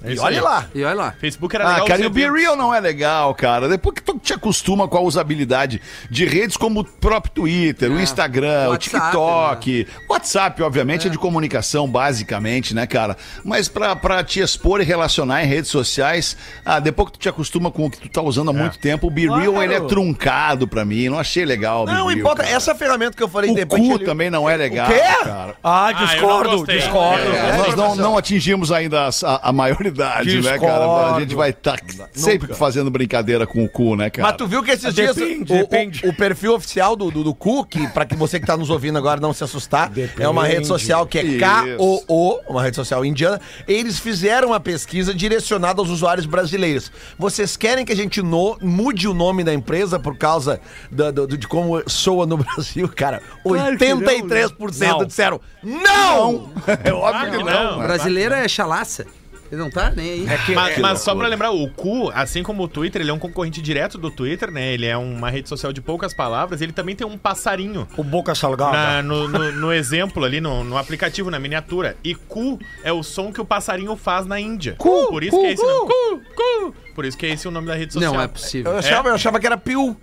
S8: É
S6: E
S8: isso
S6: olha
S8: aí.
S6: lá.
S4: E olha lá.
S8: Facebook era
S3: Ah,
S8: Tá legal.
S3: cara, e
S8: você
S3: o Be
S8: ver-
S3: Real não é legal, cara. Depois que tu te acostuma com a usabilidade de redes como o próprio Twitter, o Instagram,
S4: WhatsApp,
S3: o TikTok, WhatsApp, obviamente, é. de comunicação, basicamente, né, cara? Mas pra, pra te expor e relacionar em redes sociais, ah, depois que tu te acostuma com o que tu tá usando há muito tempo, o Be Real, ele é truncado pra mim. Não achei legal o Be
S6: Não
S3: Real,
S6: importa,
S3: é cara.
S6: essa ferramenta que eu falei
S3: O cu também não é legal,
S6: quê?
S3: cara.
S9: Ah,
S8: eu não
S9: discordo,
S8: gostei.
S9: discordo.
S8: É.
S3: Nós não, não atingimos ainda as- a, a maioridade, né, cara? A gente
S9: Discordo.
S3: vai estar sempre fazendo brincadeira com o cu, né, cara?
S6: Mas tu viu que esses dias
S9: Depende,
S6: o- o,
S9: depende.
S6: o perfil oficial do, do, do Cu, que pra que você que tá nos ouvindo agora não se assustar, é uma rede social que é
S3: Isso.
S6: KOO, uma rede social indiana. Eles fizeram uma pesquisa direcionada aos usuários brasileiros. Vocês querem que a gente no- mude o nome da empresa por causa da- do- do- de como soa no Brasil? Cara, 83%
S9: né? Não.
S6: disseram não!
S3: É óbvio
S8: Ah,
S3: que
S8: não.
S3: não.
S4: O
S3: né?
S4: brasileiro é chalaça. Ele não tá nem aí.
S8: Mas, mas só pra lembrar, o Cu, assim como o Twitter, ele é um concorrente direto do Twitter, né? Ele é uma rede social de poucas palavras. Ele também tem um passarinho
S9: O Boca Salgada.
S8: na- no, no- no exemplo ali, no, no aplicativo, na miniatura. E Cu é o som que o passarinho faz na Índia. Cu, Por isso que é esse nome. Cu, cu. Por isso que é esse o nome da rede social.
S4: Não é
S6: Eu
S4: possível.
S6: achava, eu achava que era Piu.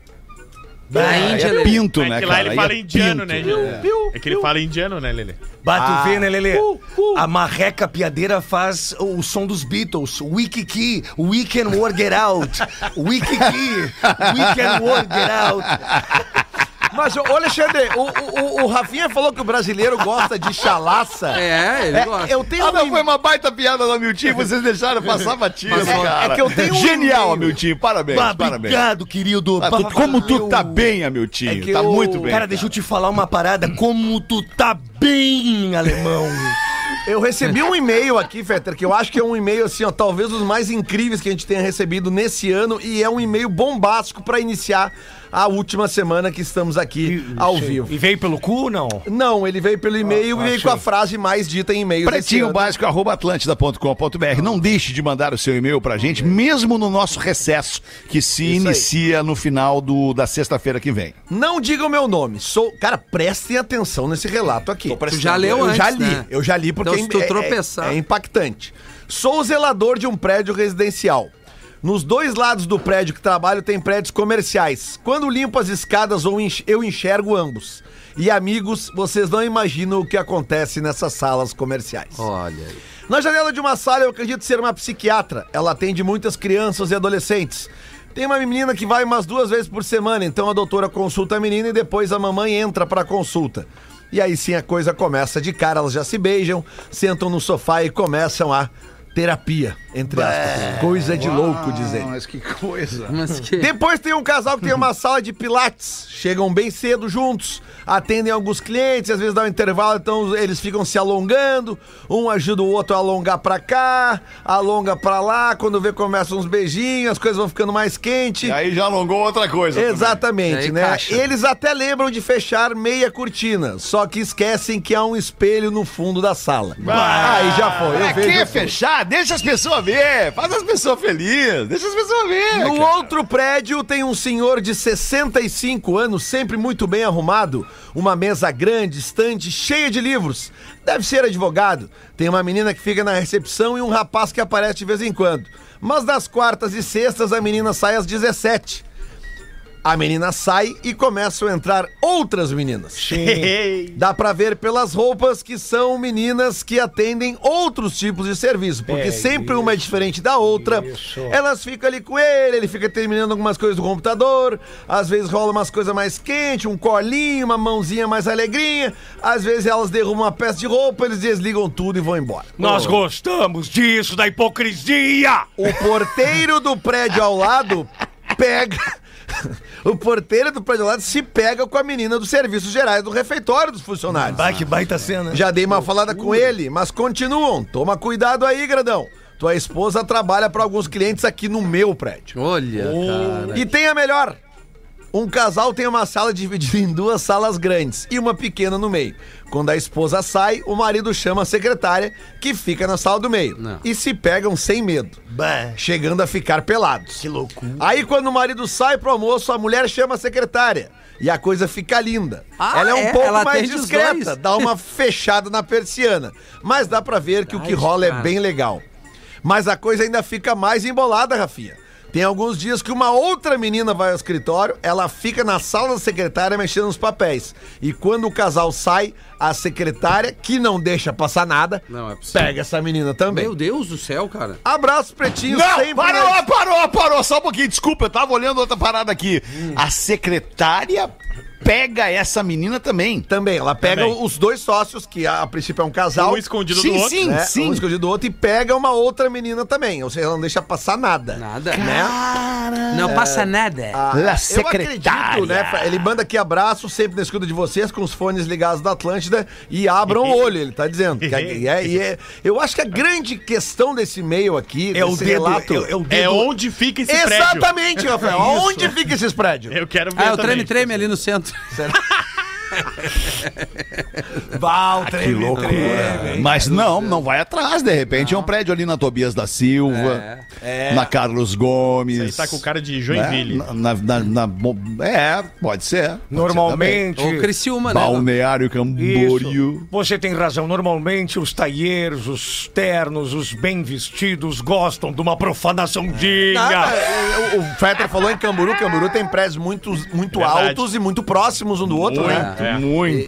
S4: Na Índia,
S3: É
S4: Lelê.
S3: pinto,
S8: É
S3: né,
S8: que
S3: cara?
S8: lá ele
S3: Aí
S8: fala
S3: é
S8: indiano,
S3: pinto.
S8: né, Lelê? É que ele fala indiano, né, Lelê?
S6: Ah.
S9: Bato vê, né, Lelê?
S6: Uh,
S9: A marreca piadeira faz o som dos Beatles. We Kiki, we can work it out. We
S6: é
S9: Kiki, we can work it out.
S6: Mas, ô Alexandre, o, o, o Rafinha falou que o brasileiro gosta de chalaça.
S4: É, ele gosta.
S6: eu tenho
S3: Ah,
S6: um
S3: não, foi uma baita piada do Amiltinho, vocês deixaram passar batido,
S6: Mas, ó,
S3: cara.
S6: é que eu tenho um
S3: Genial,
S6: e-mail.
S3: Amiltinho, parabéns,
S9: Bah,
S3: parabéns.
S9: Obrigado, querido.
S3: Ah, tu- como tu
S6: é
S3: tá bem, Amiltinho, tá muito bem.
S9: Cara, deixa eu te falar uma parada. Como tu tá bem, alemão.
S6: Eu recebi um e-mail aqui, Fetter, que eu acho que é um e-mail, assim, ó, talvez dos mais incríveis que a gente tenha recebido nesse ano, e é um e-mail bombástico pra iniciar a última semana que estamos aqui ao vivo.
S9: E veio pelo cu, não?
S6: Não, ele veio pelo e-mail e veio com a frase mais dita em e-mail.
S3: Pretinho básico, arroba atlântida.com.br. Não deixe de mandar o seu e-mail pra gente, mesmo no nosso recesso, que se
S6: Isso aí.
S3: inicia no final do, da sexta-feira que vem.
S6: Não diga o meu nome. Sou. Cara, prestem atenção nesse relato aqui.
S4: Tu já leu
S6: eu
S4: antes,
S6: já li,
S4: né?
S6: eu já li porque
S4: Então, se tu
S6: é- é-
S4: tropeçar-
S6: É, impactante. Sou zelador de um prédio residencial. Nos dois lados do prédio que trabalho tem prédios comerciais. Quando limpo as escadas, ou enx- eu enxergo ambos. E amigos, vocês não imaginam o que acontece nessas salas comerciais.
S4: Olha aí.
S6: Na janela de uma sala, eu acredito ser uma psiquiatra. Ela atende muitas crianças e adolescentes. Tem uma menina que vai umas duas vezes por semana, então a doutora consulta a menina e depois a mamãe entra pra consulta. E aí sim a coisa começa de cara, elas já se beijam, sentam no sofá e começam a terapia, entre aspas. Coisa de louco, diz ele.
S3: Mas que coisa.
S4: Mas que...
S6: Depois tem um casal que tem uma sala de pilates. Chegam bem cedo juntos, atendem alguns clientes, às vezes dá um intervalo, então eles ficam se alongando. Um ajuda o outro a alongar pra cá, alonga pra lá. Quando vê, começam uns beijinhos, as coisas vão ficando mais quentes.
S3: E aí já alongou outra coisa. também.
S6: Exatamente,
S4: E aí,
S6: né?
S4: caixa.
S6: Eles até lembram de fechar meia cortina, só que esquecem que há um espelho no fundo da sala. Aí já foi, eu
S3: Pra
S6: vejo. assim.
S3: que fechar? Deixa as pessoas ver. Faz as pessoas felizes. Deixa as pessoas ver.
S6: No
S3: cara.
S6: outro prédio tem um senhor de 65 anos, sempre muito bem arrumado, uma mesa grande, estante, cheia de livros. Deve ser advogado. Tem uma menina que fica na recepção e um rapaz que aparece de vez em quando. Mas nas quartas e sextas a menina sai às 17. A menina sai e começam a entrar outras meninas. Dá pra ver pelas roupas que são meninas que atendem outros tipos de serviço, porque sempre uma é diferente da outra. Elas ficam ali com ele, ele fica terminando algumas coisas do computador, às vezes rola umas coisas mais quentes, um colinho, uma mãozinha mais alegrinha, às vezes elas derrubam uma peça de roupa, eles desligam tudo e vão embora.
S9: Nós gostamos disso, da hipocrisia!
S6: O porteiro do prédio ao lado pega. O porteiro do prédio ao lado se pega com a menina dos serviços gerais do refeitório dos funcionários.
S9: Vai que baita cena.
S6: Já dei uma falada com ele, mas continuam. Toma cuidado aí, gradão. Tua esposa trabalha para alguns clientes aqui no meu prédio.
S4: Olha, cara.
S6: E tem a melhor. Um casal tem uma sala dividida em duas salas grandes e uma pequena no meio. Quando a esposa sai, o marido chama a secretária, que fica na sala do meio.
S4: Não.
S6: E se pegam sem medo, chegando a ficar pelados. Que loucura. Aí quando o marido sai pro almoço, a mulher chama a secretária. E a coisa fica linda.
S4: Ah,
S6: ela é um
S4: é?
S6: pouco
S4: Ela
S6: mais
S4: atende os
S6: discreta,
S4: dois?
S6: dá uma fechada na persiana. Mas dá pra ver que o que
S4: Verdade,
S6: rola é
S4: cara.
S6: bem legal. Mas a coisa ainda fica mais embolada, Rafinha. Tem alguns dias que uma outra menina vai ao escritório, ela fica na sala da secretária mexendo nos papéis. E quando o casal sai, a secretária, que não deixa passar nada,
S4: Não, é possível.
S6: pega essa menina também.
S4: Meu Deus do céu, cara.
S6: Abraço, pretinho,
S3: Não,
S6: sempre
S3: parou,
S6: na-
S3: parou, parou. Só um pouquinho, desculpa, eu tava olhando outra parada aqui. A secretária pega essa menina também.
S6: Também, ela pega
S8: Também.
S6: os dois sócios, que a, a princípio é um casal.
S8: Um escondido
S3: Sim,
S8: do outro.
S3: sim.
S6: né, Um escondido do outro e pega uma outra menina também. Ou seja, ela não deixa passar nada.
S4: Nada.
S6: Né?
S4: Não passa nada.
S6: Ah,
S3: La
S6: eu acredito, né? Fra- Ele manda aqui abraço, sempre na escuta de vocês, com os fones ligados da Atlântida e abram o olho, ele tá dizendo. Que é- e é- e é- eu acho que a grande questão desse e-mail aqui,
S9: É o
S6: desse
S9: dedo,
S6: relato...
S9: é, o- é o
S8: É
S9: dedo.
S8: onde fica esse prédio.
S6: Exatamente, Rafael. Onde fica esses prédios?
S8: Eu quero ver
S4: Ah, é o
S8: também.
S4: treme-treme ali no centro.
S3: Que
S9: É.
S3: loucura. Mas não, não vai atrás, de repente. É um prédio ali na Tobias da Silva, na Carlos
S8: Isso
S3: Gomes.
S8: aí tá com cara de
S3: né?
S8: Joinville.
S3: Na- na- na- na- é, pode ser. pode ser
S9: Normalmente.
S4: Ou Criciúma,
S3: também.
S4: né?
S3: Balneário
S9: Isso.
S3: Camboriú.
S9: Você tem razão. Normalmente os taieiros, os ternos, os bem vestidos gostam de uma profanaçãozinha.
S6: Nada. O, o Fetter falou em Camburu, Camburu tem prédios muito, muito
S8: Verdade.
S6: altos e muito próximos um do outro, né?
S8: Muito, É.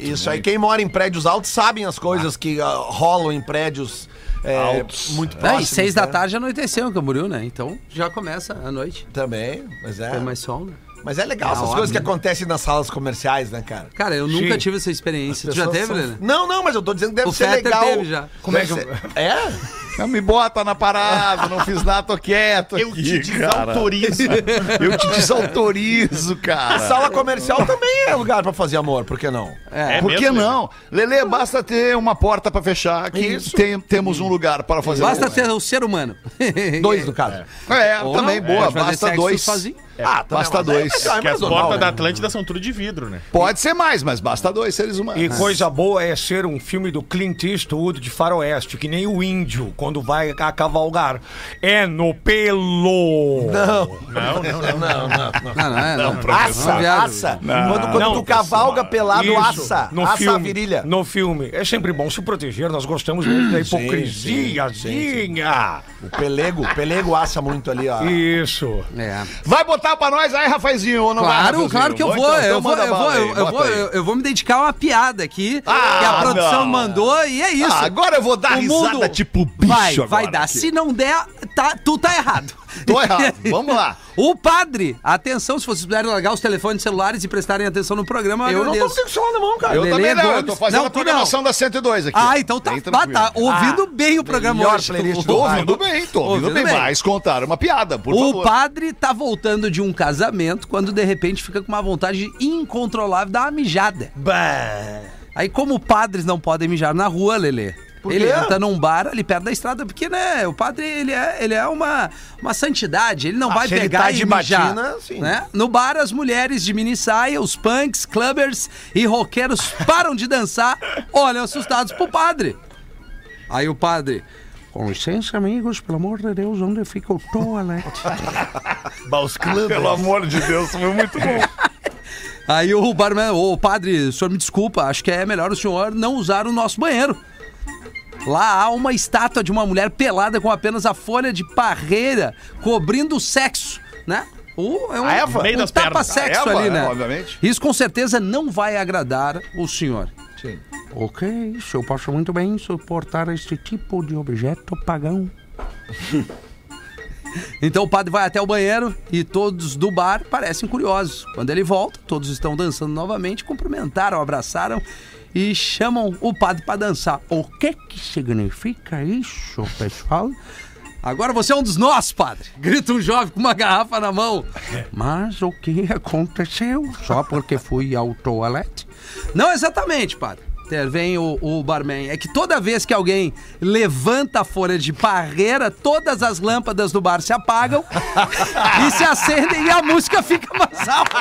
S6: E- Isso aí, quem mora em prédios altos sabem as coisas que ah, rolam em prédios é, muito
S4: Ah, e
S6: próximos.
S4: seis da
S6: né?
S4: tarde anoiteceu em Camboriú, né? Então já começa a noite.
S6: Também, mas é.
S4: Tem mais sol, né?
S6: Mas é legal essas
S4: hora,
S6: coisas que
S4: né?
S6: acontecem nas salas comerciais, né, cara?
S4: Cara, eu nunca tive essa experiência. Tu já
S6: Pessoas
S4: teve,
S6: são-
S4: Lelê?
S6: Não, não, mas eu tô dizendo que deve
S4: O
S6: ser
S4: Fetter
S6: legal.
S4: teve já.
S6: Como é que
S4: Deve
S6: É?
S3: Não me bota na parada, não fiz nada, tô quieto.
S8: Eu te
S3: aqui, cara.
S8: desautorizo.
S3: Eu te desautorizo, cara.
S6: A
S4: É.
S6: sala comercial também é lugar pra fazer amor, por que não?
S8: É
S3: Por que
S8: mesmo,
S3: não? Lele, basta ter uma porta pra fechar que tem- temos um lugar para fazer.
S4: É Basta
S3: amor.
S4: ser o ser humano.
S6: Dois, no caso.
S3: É,
S4: Ou
S3: também
S4: não,
S3: boa.
S4: pode fazer
S3: Basta
S4: sexo
S3: dois.
S4: sozinho.
S8: É,
S3: Ah, basta dois.
S9: É
S8: Porque
S3: é
S8: as
S6: normal,
S8: portas
S6: né?
S8: da Atlântida são tudo de vidro, né?
S3: Pode ser mais, mas basta dois seres humanos.
S6: Né?
S9: E coisa boa é ser um filme do Clint Eastwood de faroeste, que nem o índio quando vai a cavalgar. É no pelo.
S8: Não, não,
S6: né?
S8: não.
S4: Não, não é, não.
S6: Aça,
S4: Não, viado.
S6: aça. quando quando
S9: Não,
S6: tu cavalga pelado,
S9: Isso,
S6: aça.
S9: no
S6: aça
S9: filme,
S6: a virilha.
S9: No filme. É sempre bom se proteger, nós gostamos muito da hipocrisiazinha.
S6: O pelego, o pelego aça muito ali, ó.
S9: Isso.
S4: É.
S3: Vai botar pra nós aí, Rafazinho, ou não Então vai,
S4: Claro,
S3: Rafazinho?
S4: claro que eu
S3: Bom,
S4: vou.
S3: então, então
S4: Eu vou,
S3: manda
S4: eu vou,
S3: bala aí,
S4: eu- eu
S3: bota
S4: vou,
S3: aí.
S4: eu- eu vou me dedicar a uma piada aqui
S3: Ah,
S4: que a produção
S3: não.
S4: mandou e é isso.
S3: Ah, agora eu vou dar risada tipo bicho
S4: Vai,
S3: agora
S4: vai dar.
S3: aqui.
S4: Se não der, tá, tu tá errado.
S3: Tô errado. Vamos lá.
S4: O padre, atenção, se vocês puderem largar os telefones celulares e prestarem atenção no programa, eu agradeço.
S6: o celular na mão, cara.
S3: Eu
S4: Lelê
S3: também não, eu tô
S4: Gomes.
S3: fazendo
S4: Não,
S3: a
S4: tu não.
S3: programação da 102 aqui.
S4: Ah, então tá,
S3: Bem
S4: tá,
S3: tranquilo.
S4: tá ouvindo bem o programa
S6: melhor
S4: hoje.
S6: playlist do
S3: Tô
S4: Ouvindo
S3: ouvindo bem, tô ouvindo,
S4: Ouvindo
S3: bem.
S4: bem.
S3: Mas contaram uma piada, por
S4: o
S3: favor.
S4: padre tá voltando de um casamento quando de repente fica com uma vontade incontrolável da mijada. Aí, como padres não podem mijar na rua, Lelê. Ele entra num bar ali perto da estrada, porque, né, o padre, ele é, ele é uma, uma santidade, ele não vai
S6: se ele
S4: pegar
S6: tá
S4: e
S6: de
S4: mijar.
S6: batina, sim.
S4: né? No bar, as mulheres de mini saia, os punks, clubbers e roqueiros param de dançar, olham assustados pro padre. Aí o padre, com licença, amigos, pelo amor de Deus, onde fica o toalete?
S3: Pelo amor de Deus, foi muito bom.
S4: Aí o barman, ô padre, o senhor me desculpa, acho que é melhor o senhor não usar o nosso banheiro. Lá há uma estátua de uma mulher pelada com apenas a folha de parreira cobrindo o sexo, né? Uh, é um,
S8: A Eva?
S4: um
S8: Meio das
S4: tapa
S8: pernas.
S4: sexo
S3: A Eva,
S4: ali, né?
S3: né, obviamente.
S4: Isso com certeza não vai agradar o senhor.
S6: Sim.
S4: Ok, isso eu posso muito bem suportar este tipo de objeto pagão. então o padre vai até o banheiro e todos do bar parecem curiosos. Quando ele volta, todos estão dançando novamente, cumprimentaram, abraçaram e chamam o padre para dançar. O que que significa isso, pessoal? Agora você é um dos nossos, padre! Grita um jovem com uma garrafa na mão. Mas o que aconteceu? Só porque fui ao toalete? Não exatamente, padre. Intervém o, o barman. É que toda vez que alguém levanta a folha de barreira, todas as lâmpadas do bar se apagam e se acendem e a música fica mais alta.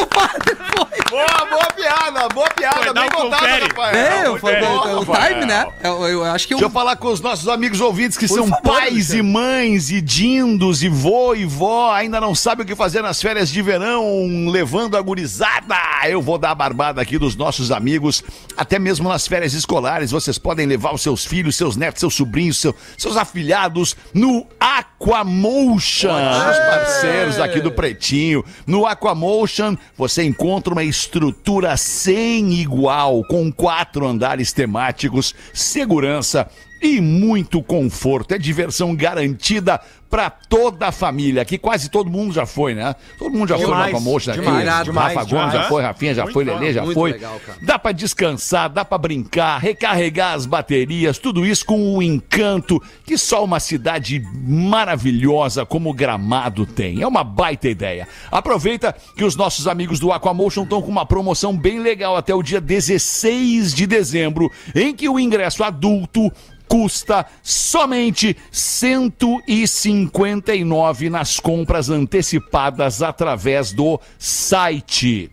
S4: O padre foi
S3: Boa, boa piada, boa piada.
S8: Foi, dá
S3: Bem
S8: um
S3: contada,
S8: confere.
S3: Rafael.
S4: bem,
S3: Muito
S4: foi
S3: bem.
S4: bem, o
S3: Rafael.
S4: time, né? Eu, eu acho que
S3: Deixa eu
S4: eu...
S3: falar com os nossos amigos ouvintes que são
S4: favor,
S3: pais
S4: Alexandre.
S3: e mães e dindos e vô e vó, ainda não sabe o que fazer nas férias de verão, levando a gurizada. Eu vou dar a barbada aqui dos nossos amigos, até mesmo nas férias escolares, vocês podem levar os seus filhos, seus netos, seus sobrinhos, seu- seus afilhados no Aquamotion. Os
S4: é.
S3: parceiros aqui do Pretinho. No Aquamotion, você encontra uma estrutura sem igual, com quatro andares temáticos, segurança e muito conforto. É diversão garantida pra toda a família, que quase todo mundo já foi, né? Todo mundo já foi
S9: Demais,
S3: no Aquamotion aqui.
S9: demais,
S3: Rafa
S9: demais,
S3: Gomes
S9: demais.
S3: já foi, Rafinha já
S8: Muito
S3: foi,
S8: bom,
S3: Lelê já
S4: muito
S3: foi.
S4: legal, cara.
S3: Dá pra descansar, dá pra brincar, recarregar as baterias, tudo isso com o encanto que só uma cidade maravilhosa como Gramado tem. É uma baita ideia. Aproveita que os nossos amigos do Aquamotion estão com uma promoção bem legal até o dia 16 de dezembro, em que o ingresso adulto custa somente 159 nas compras antecipadas através do site.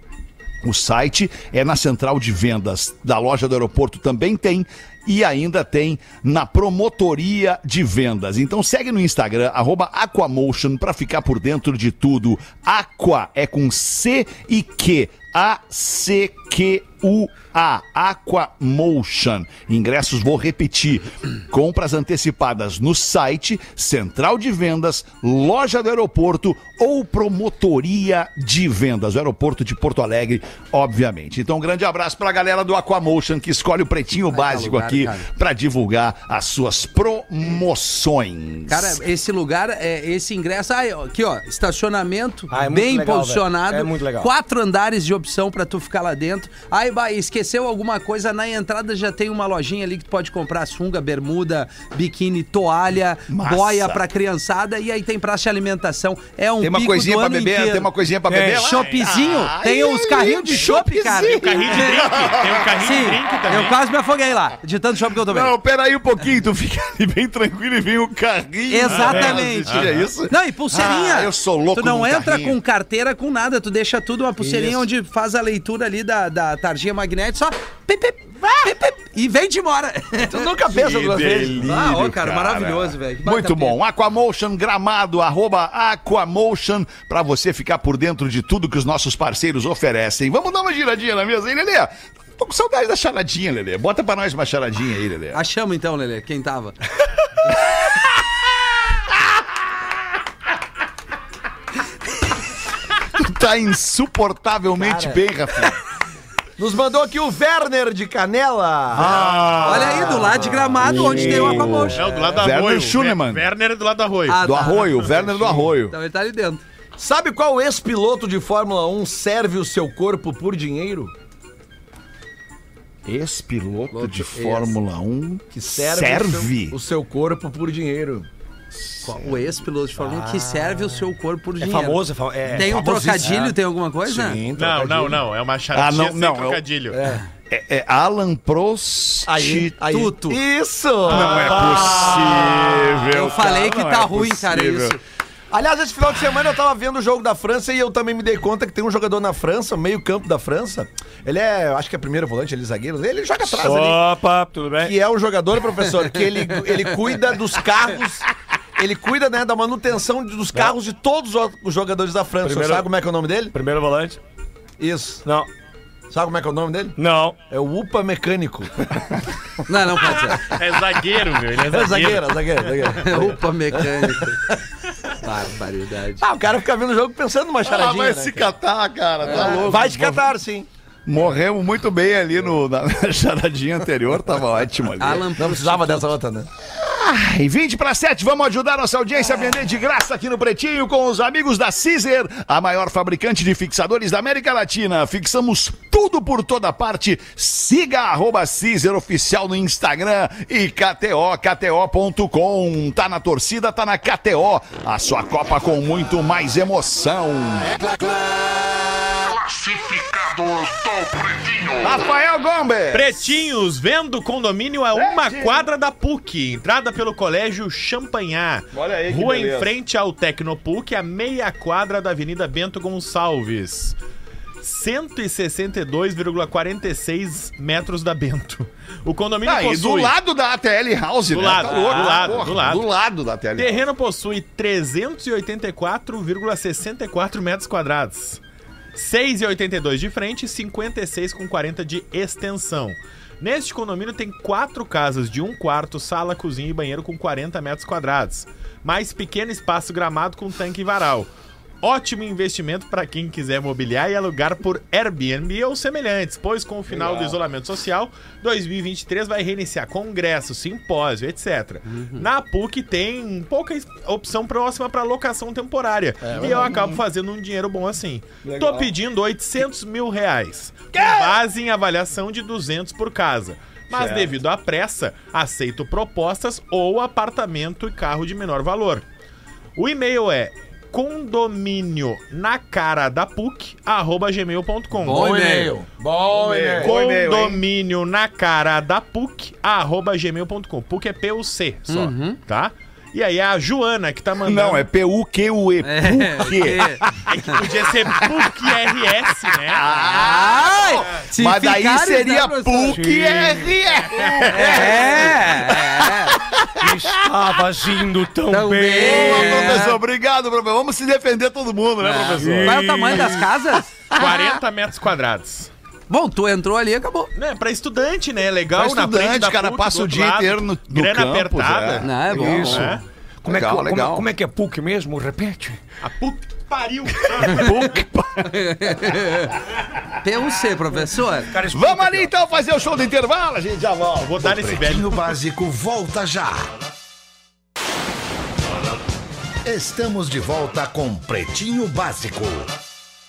S3: O site é na central de vendas da loja do aeroporto também tem e ainda tem na promotoria de vendas. Então segue no Instagram arroba @aquamotion para ficar por dentro de tudo. Aqua é com C e Q. A C Q U A Aquamotion. Ingressos vou repetir. Compras antecipadas no site, central de vendas, loja do aeroporto ou promotoria de vendas. O aeroporto de Porto Alegre, obviamente. Então, um grande abraço pra galera do Aquamotion que escolhe o pretinho básico
S4: lugar,
S3: aqui
S4: cara.
S3: pra divulgar as suas promoções.
S4: Cara, esse lugar, é, esse ingresso, aí, ó, aqui ó, estacionamento
S9: Ah, é muito
S4: bem
S9: legal,
S4: posicionado,
S9: velho. É muito legal.
S4: quatro andares de opção pra tu ficar lá dentro. Aí, bah, esqueceu alguma coisa, na entrada já tem uma lojinha ali que tu pode comprar sunga, bermuda, biquíni, toalha,
S3: Massa.
S4: boia pra criançada e aí tem praça de alimentação. É um
S3: tem uma
S4: pico
S3: coisinha
S4: do
S3: pra
S4: ano
S3: beber,
S4: inteiro. É,
S3: tem uma coisinha pra
S9: Tem.
S3: beber lá.
S4: Chopezinho,
S3: Ai,
S4: tem os carrinhos de chope, cara.
S3: chopezinho.
S8: Carrinho de drink, tem um carrinho de drink também.
S4: eu quase me afoguei lá, de tanto chope que eu tomei.
S3: Não, peraí um pouquinho, tu fica ali bem tranquilo e vem o carrinho.
S4: Exatamente.
S3: Ah, é isso?
S4: Não, e pulseirinha.
S3: Ah, eu sou louco
S4: Tu não
S3: num
S4: entra
S3: carrinho.
S4: com carteira, com nada. Tu deixa tudo uma pulseirinha onde faz a leitura ali da, da tarjinha magnética, só pip, pip, pip, pip, e vem de embora.
S6: Tu nunca pensa
S3: Que
S6: duas vezes.
S3: delírio,
S4: Ah, ó, cara, maravilhoso, velho. Que baita
S3: Muito bom. Aquamotion Gramado, arroba Aquamotion, pra você ficar por dentro de tudo que os nossos parceiros oferecem. Vamos dar uma giradinha na mesa, hein, Lelê? Tô com saudade da charadinha, Lelê. Bota pra nós uma charadinha aí, Lelê.
S4: Achamos então, Lelê, quem tava.
S3: Tu tá insuportavelmente bem, Rafinha.
S6: Nos mandou aqui o Werner de
S9: Ah.
S6: Canela.
S4: Ah. Olha aí, do lado de
S3: Ah,
S4: gramado, onde tem o
S8: É
S4: Aquamotion.
S8: o do lado da
S3: Werner
S8: Arroio.
S3: Schunemann.
S8: Werner é do lado da Arroio.
S4: Ah,
S3: Do
S4: tá.
S3: Arroio, Werner do Arroio.
S4: Então ele tá ali dentro.
S6: Sabe qual ex-piloto de Fórmula 1 serve o seu corpo por dinheiro?
S3: Ex-piloto de
S4: Ex.
S3: Fórmula 1
S6: Que serve, O, seu, o seu corpo por dinheiro.
S4: O ex-piloto de Fórmula 1
S3: Ah.
S4: que serve o seu corpo por
S9: É
S4: dinheiro.
S9: famoso, é fa- é
S4: Tem um
S9: famosíssimo.
S4: trocadilho, tem alguma coisa?
S8: Não,
S6: trocadilho.
S8: não, não. É uma charadinha
S3: Ah, não,
S8: sem
S3: não, é o-
S8: trocadilho.
S3: É, é Alan Prost.
S6: Aí, aí.
S4: Tuto.
S6: Isso!
S3: Não é possível.
S4: Ah. Eu falei
S3: cara,
S4: que
S3: não
S4: tá
S3: é
S4: ruim, cara,
S3: possível.
S4: isso.
S6: Aliás, esse final de semana eu tava vendo o jogo da França e eu também me dei conta que tem um jogador na França, meio campo da França. Ele é, eu acho que é primeiro volante, ele é zagueiro, ele joga atrás ali.
S9: Opa, tudo bem?
S6: Que é o jogador, professor, que ele, ele cuida dos carros. Ele cuida, né, da manutenção de- dos carros de todos os- os jogadores da França.
S9: Primeiro-
S6: Sabe como é que é o nome dele?
S9: Primeiro volante?
S6: Isso.
S9: Não.
S6: Sabe como é que é o nome dele?
S9: Não.
S6: É o UPA Mecânico.
S4: Não, não pode ser.
S8: É zagueiro, meu. Ele é
S6: É
S8: zagueiro.
S6: zagueiro, zagueiro, zagueiro.
S4: Opa, mecânico. Barbaridade.
S7: Ah, o cara fica vendo o jogo pensando
S4: Ah,
S7: numa
S6: Ela
S7: charadinha.
S6: vai
S7: né,
S6: se
S7: cara? É.
S6: catar, cara. Tá louco.
S7: Vai te catar, sim.
S3: Morremos muito bem ali no, na, na charadinha anterior, tava ótimo ali.
S4: Alan
S7: Não precisava dessa outra, né?
S3: E 20 para 7, vamos ajudar nossa audiência a vender de graça aqui no Pretinho com os amigos da Caesar, a maior fabricante de fixadores da América Latina. Fixamos tudo por toda parte. Siga a arroba Caesar Oficial no Instagram e KTO, KTO.com. Tá na torcida, tá na KTO. A sua Copa com muito mais emoção.
S10: Classificados do Pretinho.
S3: Rafael Gomes.
S8: Pretinhos, vendo condomínio a uma quadra da PUC. Entrada pelo Colégio Champanhar.
S3: Olha aí que
S8: Rua
S3: beleza.
S8: em frente ao Tecnopuc, a meia quadra da Avenida Bento Gonçalves. 162,46 metros da Bento. O condomínio
S3: Ah, e do
S8: possui...
S3: lado da ATL House,
S8: Do
S3: né?
S8: lado,
S3: Tá louco,
S8: do lado,
S3: porra,
S8: do lado.
S3: Do lado da ATL House.
S8: Terreno possui 384,64 metros quadrados. 6,82 de frente e 56,40 de extensão. Neste condomínio tem quatro casas de um quarto, sala, cozinha e banheiro com 40 metros quadrados. Mais pequeno espaço gramado com tanque e varal. Ótimo investimento para quem quiser mobiliar e alugar por Airbnb ou semelhantes, pois com o final do isolamento social, 2023 vai reiniciar congresso, simpósio, etc. Na PUC tem pouca es- opção próxima para locação temporária. e eu acabo fazendo um dinheiro bom assim. Tô pedindo 800 mil reais, com base em avaliação de 200 por casa. Mas devido à pressa, aceito propostas ou apartamento e carro de menor valor. O e-mail é condomínio na cara da PUC, arroba gmail.com.
S4: Bom e-mail.
S7: Bom e-mail.
S3: Bom É, um e-mail, hein?
S8: Condomínio na cara da PUC, arroba gmail.com. PUC é PUC só, tá? E aí a Joana que tá mandando.
S3: Não, é P-U-Q-U-E.
S4: É,
S3: PUQ.
S8: É que podia ser PUC-RS, né?
S3: Ah.
S4: Ai, se
S3: Mas daí
S4: ficarem,
S3: seria
S4: né, professor?
S3: PUC-RR.
S4: É, é.
S9: Estavas indo tão,
S4: Tão
S9: bem.
S4: bem.
S3: Boa,
S4: É.
S3: professor. Obrigado, professor. Vamos se defender todo mundo, né, professor?
S4: Qual é o tamanho das casas?
S8: 40 metros quadrados.
S4: Bom, tu entrou ali e acabou.
S8: Né, pra estudante, né? Legal,
S3: Pra
S8: na frente
S3: estudante,
S8: da
S3: cara,
S8: PUC,
S3: passa o
S8: do outro
S3: dia
S8: lado,
S3: inteiro no- no
S8: Grana
S3: campus,
S8: apertada.
S3: é.
S4: Não, é bom.
S9: Isso.
S8: É.
S9: Como, é que,
S3: Legal,
S9: como-
S3: legal.
S9: como é que é PUC mesmo? Repete.
S8: A PUC pariu.
S4: PUC, professor.
S3: Vamos ali então fazer o show do intervalo, a gente já volta.
S8: Vou dar esse velho.
S1: Pretinho Básico volta já. Estamos de volta com Pretinho Básico.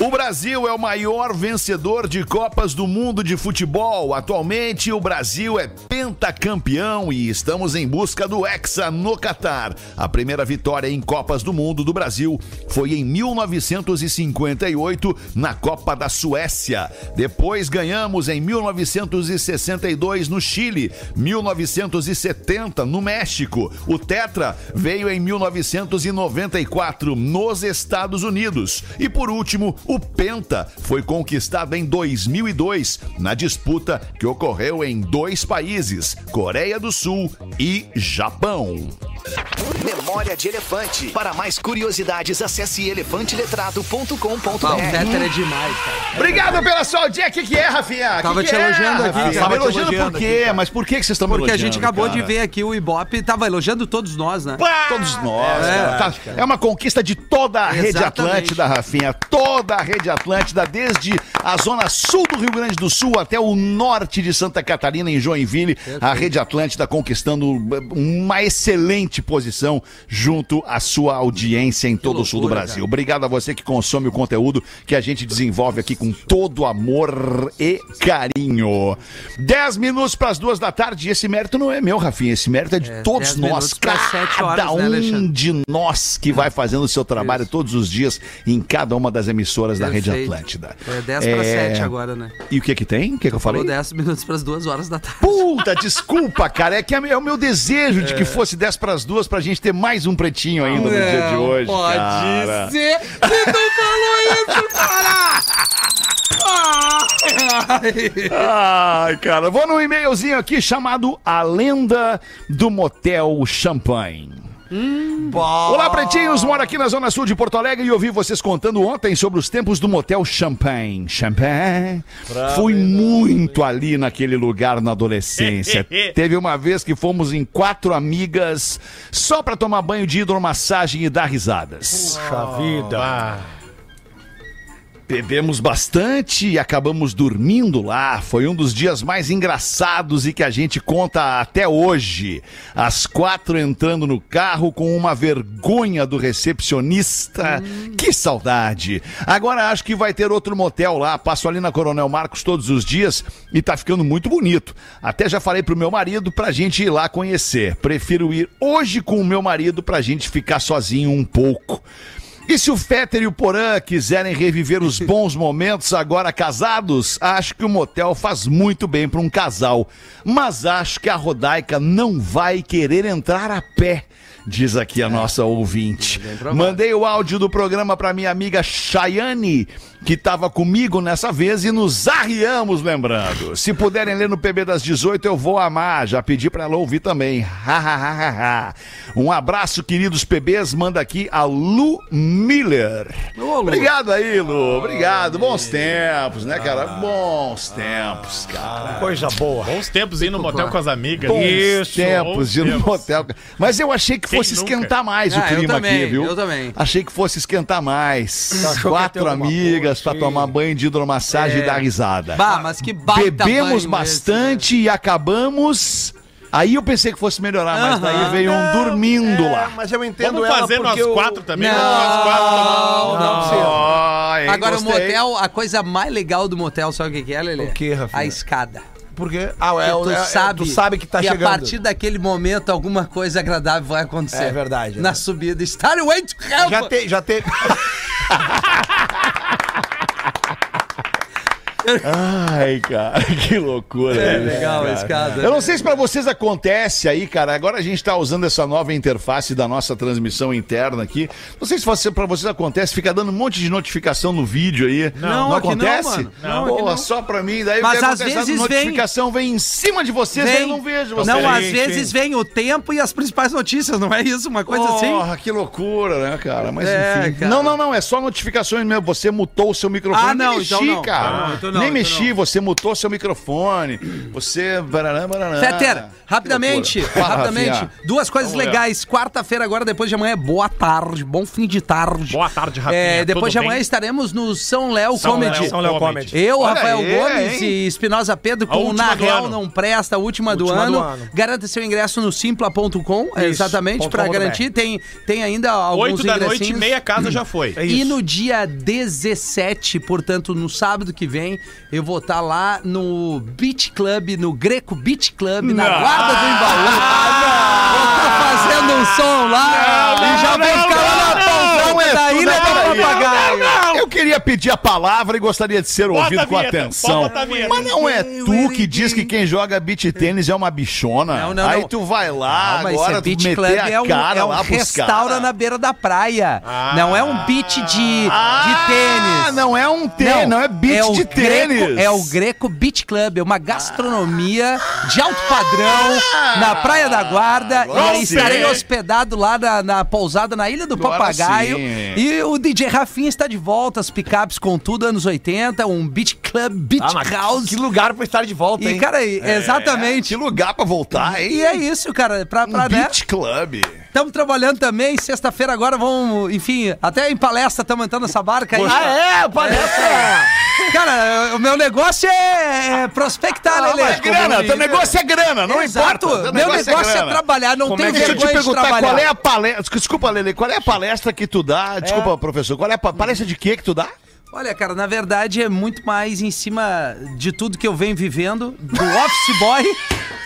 S3: O Brasil é o maior vencedor de Copas do Mundo de futebol. Atualmente, o Brasil é pentacampeão e estamos em busca do Hexa no Catar. A primeira vitória em Copas do Mundo do Brasil foi em 1958, na Copa da Suécia. Depois ganhamos em 1962 no Chile, 1970 no México. O Tetra veio em 1994 nos Estados Unidos. E por último, o Penta foi conquistado em 2002, na disputa que ocorreu em dois países, Coreia do Sul e Japão.
S11: Memória de Elefante. Para mais curiosidades, acesse
S4: Ah, o
S11: elefanteletrado.com.br.
S4: Tetra é demais, cara.
S3: Obrigado, pessoal. Dia, o que, que é, Rafinha?
S4: Tava te elogiando aqui, cara.
S3: Tava elogiando por quê? Mas por que, que vocês estão me
S4: Porque a
S3: elogiando,
S4: gente acabou de
S3: cara?
S4: ver aqui o Ibope, tava elogiando todos nós, né?
S3: Todos nós, cara. Tá- É uma conquista de toda a rede
S4: Exatamente.
S3: Atlântida, Rafinha. Toda a rede Atlântida, desde a zona sul do Rio Grande do Sul até o norte de Santa Catarina, em Joinville. A rede Atlântida conquistando uma excelente posição junto à sua audiência em todo o sul do
S4: loucura,
S3: Brasil. Obrigado a você que consome o conteúdo que a gente desenvolve aqui com todo amor e carinho. Dez minutos para as duas da tarde. E esse mérito não é meu, Rafinha. Esse mérito é de
S4: É,
S3: todos
S4: dez
S3: nós.
S4: minutos pras sete
S3: Cada
S4: horas, né,
S3: um
S4: Alexandre? Uhum.
S3: de nós que vai fazendo o seu trabalho
S4: Isso.
S3: todos os dias em cada uma das emissoras da Rede
S4: Perfeito.
S3: Atlântida.
S4: É 10 para 7 agora, né?
S3: E o que que tem? O que, que eu falei?
S4: Falou 10 minutos para as 2 horas da tarde.
S3: Puta, desculpa, cara. É que é o meu desejo de que fosse 10 para as duas pra gente ter mais um pretinho ainda no dia de
S4: É. Não
S3: hoje.
S4: Pode
S3: cara.
S4: ser. Se tu falou isso, cara! Ai.
S3: Ai, cara, vou num e-mailzinho aqui chamado A Lenda do Motel Champagne. Olá, pretinhos! Moro aqui na Zona Sul de Porto Alegre e ouvi vocês contando ontem sobre os tempos do motel Champagne. Champagne. Fui muito ali naquele lugar na adolescência. Teve uma vez que fomos em quatro amigas só pra tomar banho de hidromassagem e dar risadas. Bebemos bastante e acabamos dormindo lá. Foi um dos dias mais engraçados e que a gente conta até hoje. As quatro entrando no carro com uma vergonha do recepcionista. Que saudade! Agora acho que vai ter outro motel lá. Passo ali na Coronel Marcos todos os dias e tá ficando muito bonito. Até já falei pro meu marido pra gente ir lá conhecer. Prefiro ir hoje com o meu marido pra gente ficar sozinho um pouco. E se o Fetter e o Porã quiserem reviver os bons momentos agora casados, acho que o motel faz muito bem para um casal. Mas acho que a Rodaica não vai querer entrar a pé, diz aqui a nossa ouvinte. Mandei o áudio do programa para minha amiga Chayane, que estava comigo nessa vez e nos arriamos lembrando. Se puderem ler no PB das 18, eu vou amar. Já pedi para ela ouvir também. Ha, ha, ha, ha, ha. Um abraço, queridos PBs. Manda aqui a Lu Miller. Obrigado aí, Lu. Obrigado. Bons tempos, né, cara? Bons tempos, cara.
S9: Coisa boa.
S8: Bons tempos indo no motel com as amigas.
S3: Bons
S9: Isso,
S3: tempos de ir no
S8: bons tempos.
S3: motel. Mas eu achei que
S8: Quem
S3: fosse
S8: nunca?
S3: esquentar mais o
S4: Ah, eu
S3: clima
S4: também,
S3: aqui, viu?
S4: eu também.
S3: Achei que fosse esquentar mais.
S9: achou que ia ter
S3: Quatro
S9: alguma
S3: amigas
S9: coisa,
S3: pra tomar banho de hidromassagem e dar risada.
S4: Bah, mas que É. baita
S3: Bebemos
S4: banho esse, né?
S3: bastante e acabamos. Aí eu pensei que fosse melhorar, mas
S4: Aham.
S3: daí veio um dormindo lá.
S6: Mas eu entendo
S8: Vamos
S6: ela
S8: fazer
S6: porque
S8: nós
S6: eu-
S8: quatro também?
S4: Não,
S8: Vamos nós quatro
S4: não, não.
S3: Ah, hein,
S4: Agora,
S3: gostei.
S4: o motel, a coisa mais legal do motel, sabe o que que é, Lelê?
S6: O quê, Rafinha?
S4: A escada.
S6: Por quê? Ah, é,
S4: Porque
S6: o-
S4: tu,
S6: é- é-
S4: sabe
S6: tu sabe que tá chegando.
S4: a partir daquele momento, alguma coisa agradável vai acontecer.
S6: É verdade, é.
S4: Na subida. Starway to Hell!
S6: Já tem, já tem.
S3: Ai, cara, que loucura.
S4: É
S3: né,
S4: legal a
S3: cara?
S4: escada.
S3: Eu não sei se pra vocês acontece aí, cara. Agora a gente tá usando essa nova interface da nossa transmissão interna aqui. Não sei se você, pra vocês acontece, fica dando um monte de notificação no vídeo aí.
S4: Não, aqui não,
S3: acontece?
S4: mano.
S8: Não,
S3: Pô,
S8: aqui não.
S3: só pra mim. Daí
S4: Mas
S3: o que
S4: às
S3: acontece,
S4: vezes
S3: a
S4: vem-
S3: notificação vem... em cima de vocês, daí eu não vejo vocês.
S4: Não, às
S9: Sim,
S4: vezes vem o tempo e as principais notícias, não é isso? Uma coisa assim?
S3: Porra, que loucura, né, cara? Mas
S4: É,
S3: enfim.
S4: cara.
S3: Não, não, não. É só notificações mesmo. Você mutou o seu microfone.
S4: Ah, não,
S3: Nem mexi,
S4: então não.
S3: cara.
S4: Ah, então não,
S3: Nem
S4: então
S3: mexi. Você mutou seu microfone. Você. Barará, barará.
S9: Ah,
S4: Fetter, rapidamente,
S3: Que loucura. Fala,
S4: rapidamente.
S3: Rafinha.
S4: Duas coisas
S8: Vamos lá.
S4: legais. Quarta-feira, agora, depois de amanhã, boa tarde, bom fim de tarde.
S8: Boa tarde, Rafinha.
S4: É, depois
S8: Tudo
S4: de amanhã
S8: bem?
S4: estaremos no São Léo
S8: São
S4: Comedy.
S8: um Léo.
S9: São Léo
S8: Comedy.
S9: Comedy.
S4: Eu,
S3: Olha
S4: Rafael
S3: aí,
S4: Gomes
S3: hein?
S4: e Espinosa Pedro
S8: A
S4: com o
S8: última
S4: Na
S8: do
S4: Real
S8: ano.
S4: Não Presta, a última, do,
S9: Última
S4: ano.
S9: do ano.
S4: Garanta seu ingresso no simpla.com, é,
S9: Isso,
S4: exatamente,
S9: ponto
S4: pra
S9: com ponto
S4: garantir. Tem, tem ainda alguns
S8: Oito da noite,
S4: ingressinhos.
S8: meia casa já foi.
S9: É
S4: E
S9: isso.
S4: no dia 17, portanto, no sábado que vem, eu vou estar lá no Beach Club, no Greco Beach Club, na Guarda do Embaú.
S3: Ah,
S4: Vou estar fazendo um som lá e já vou ficar lá na é
S3: não,
S4: poltrona da
S3: não,
S4: Ilha
S3: não,
S4: do Papagaio.
S3: Eu queria pedir a palavra e gostaria de ser ouvido
S8: a
S3: com
S8: vinheta,
S3: atenção.
S8: bota a vinheta.
S3: Mas não é tu que diz que quem joga beat tênis é uma bichona.
S4: Não, não,
S3: Aí
S4: não.
S3: tu vai lá,
S4: Não, mas
S3: agora
S4: é
S3: tu
S4: beach
S3: meter
S4: club
S3: a
S4: é um,
S3: cara
S4: é um
S3: lá pros
S4: restaura
S3: caras.
S4: na beira da praia. não é um beach de, de
S3: Ah,
S4: tênis.
S3: não é um tênis, não, é beat
S4: o
S3: de tênis.
S4: Greco, é o Greco Beach Club, é uma gastronomia de alto padrão na Praia da Guarda.
S3: Ah! agora
S4: e aí
S3: sim.
S4: estarei hospedado lá na, na pousada na Ilha do
S3: Agora
S4: Papagaio.
S3: sim.
S4: E o DJ Rafinha está de volta, as picapes com tudo, anos 80, um beach club, beach
S6: Ah,
S4: house.
S6: Que lugar pra estar de volta,
S4: E,
S6: hein?
S4: cara, e-
S3: É.
S4: exatamente.
S3: Que lugar pra voltar, hein?
S4: E é isso, cara, pra,
S3: Um
S4: pra né?
S3: beat club.
S4: Estamos trabalhando também, sexta-feira agora vamos, enfim, até em palestra estamos entrando nessa barca aí.
S6: Ah, é, palestra!
S4: Cara, o meu negócio é é prospectar, Lelê.
S3: É grana, teu negócio é grana, não
S4: Exato.
S3: importa. teu
S4: Meu negócio é,
S3: grana.
S4: trabalhar, não
S9: Como
S4: tem
S9: é que-
S3: Deixa eu te
S4: vergonha de
S3: perguntar,
S4: trabalhar.
S3: qual é a palestra... Desculpa, Lele, qual é a palestra que tu dá? Desculpa, professor, qual é a pa- palestra de quê que tu dá?
S4: Olha, cara, na verdade é muito mais em cima de tudo que eu venho vivendo, do office boy,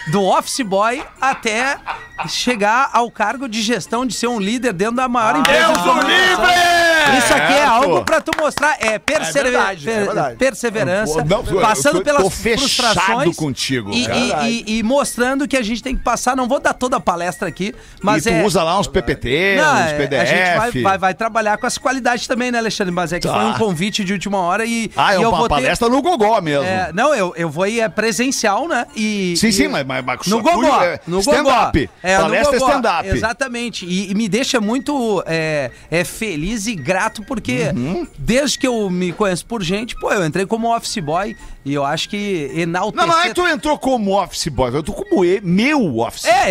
S4: do office boy até
S6: Ah,
S4: chegar ao cargo de gestão de ser um líder dentro da maior empresa. de comunicação.
S3: livre!
S4: Isso aqui é algo pra tu mostrar. É, persever-
S6: verdade, é
S4: per-
S6: verdade.
S4: perseverança,
S3: Não, eu-
S4: passando
S3: eu tô-
S4: pelas
S3: tô fechado
S4: frustrações.
S3: contigo, É
S4: e,
S3: cara.
S4: e- e- e mostrando que a gente tem que passar. Não vou dar toda a palestra aqui, mas
S3: e tu
S4: é.
S3: usa lá uns PPT,
S4: Não,
S3: uns
S4: é,
S3: PDF.
S4: A gente vai, vai- vai trabalhar com as qualidades também, né, Alexandre? Mas é que foi um convite de última hora e.
S3: Tá. Ah, é
S4: e
S3: uma
S4: vou ter-
S3: palestra no Gogó mesmo.
S4: é, não, eu, eu vou ir é presencial, né? E,
S3: Sim,
S4: e-
S3: sim, mas, mas, mas
S4: No
S3: só tu-
S4: Gogó,
S3: é,
S4: no
S3: Stand-up.
S4: Gogó. É, no
S3: palestra
S4: Gogó,
S3: stand-up.
S4: Exatamente. E, e me deixa muito é, é, feliz e grato, porque
S3: Uhum.
S4: desde que eu me conheço por gente, pô, eu entrei como office boy e eu acho que
S3: Não,
S4: enaltecer...
S3: mas aí tu entrou como office boy, eu tô como e, meu office boy.
S4: É,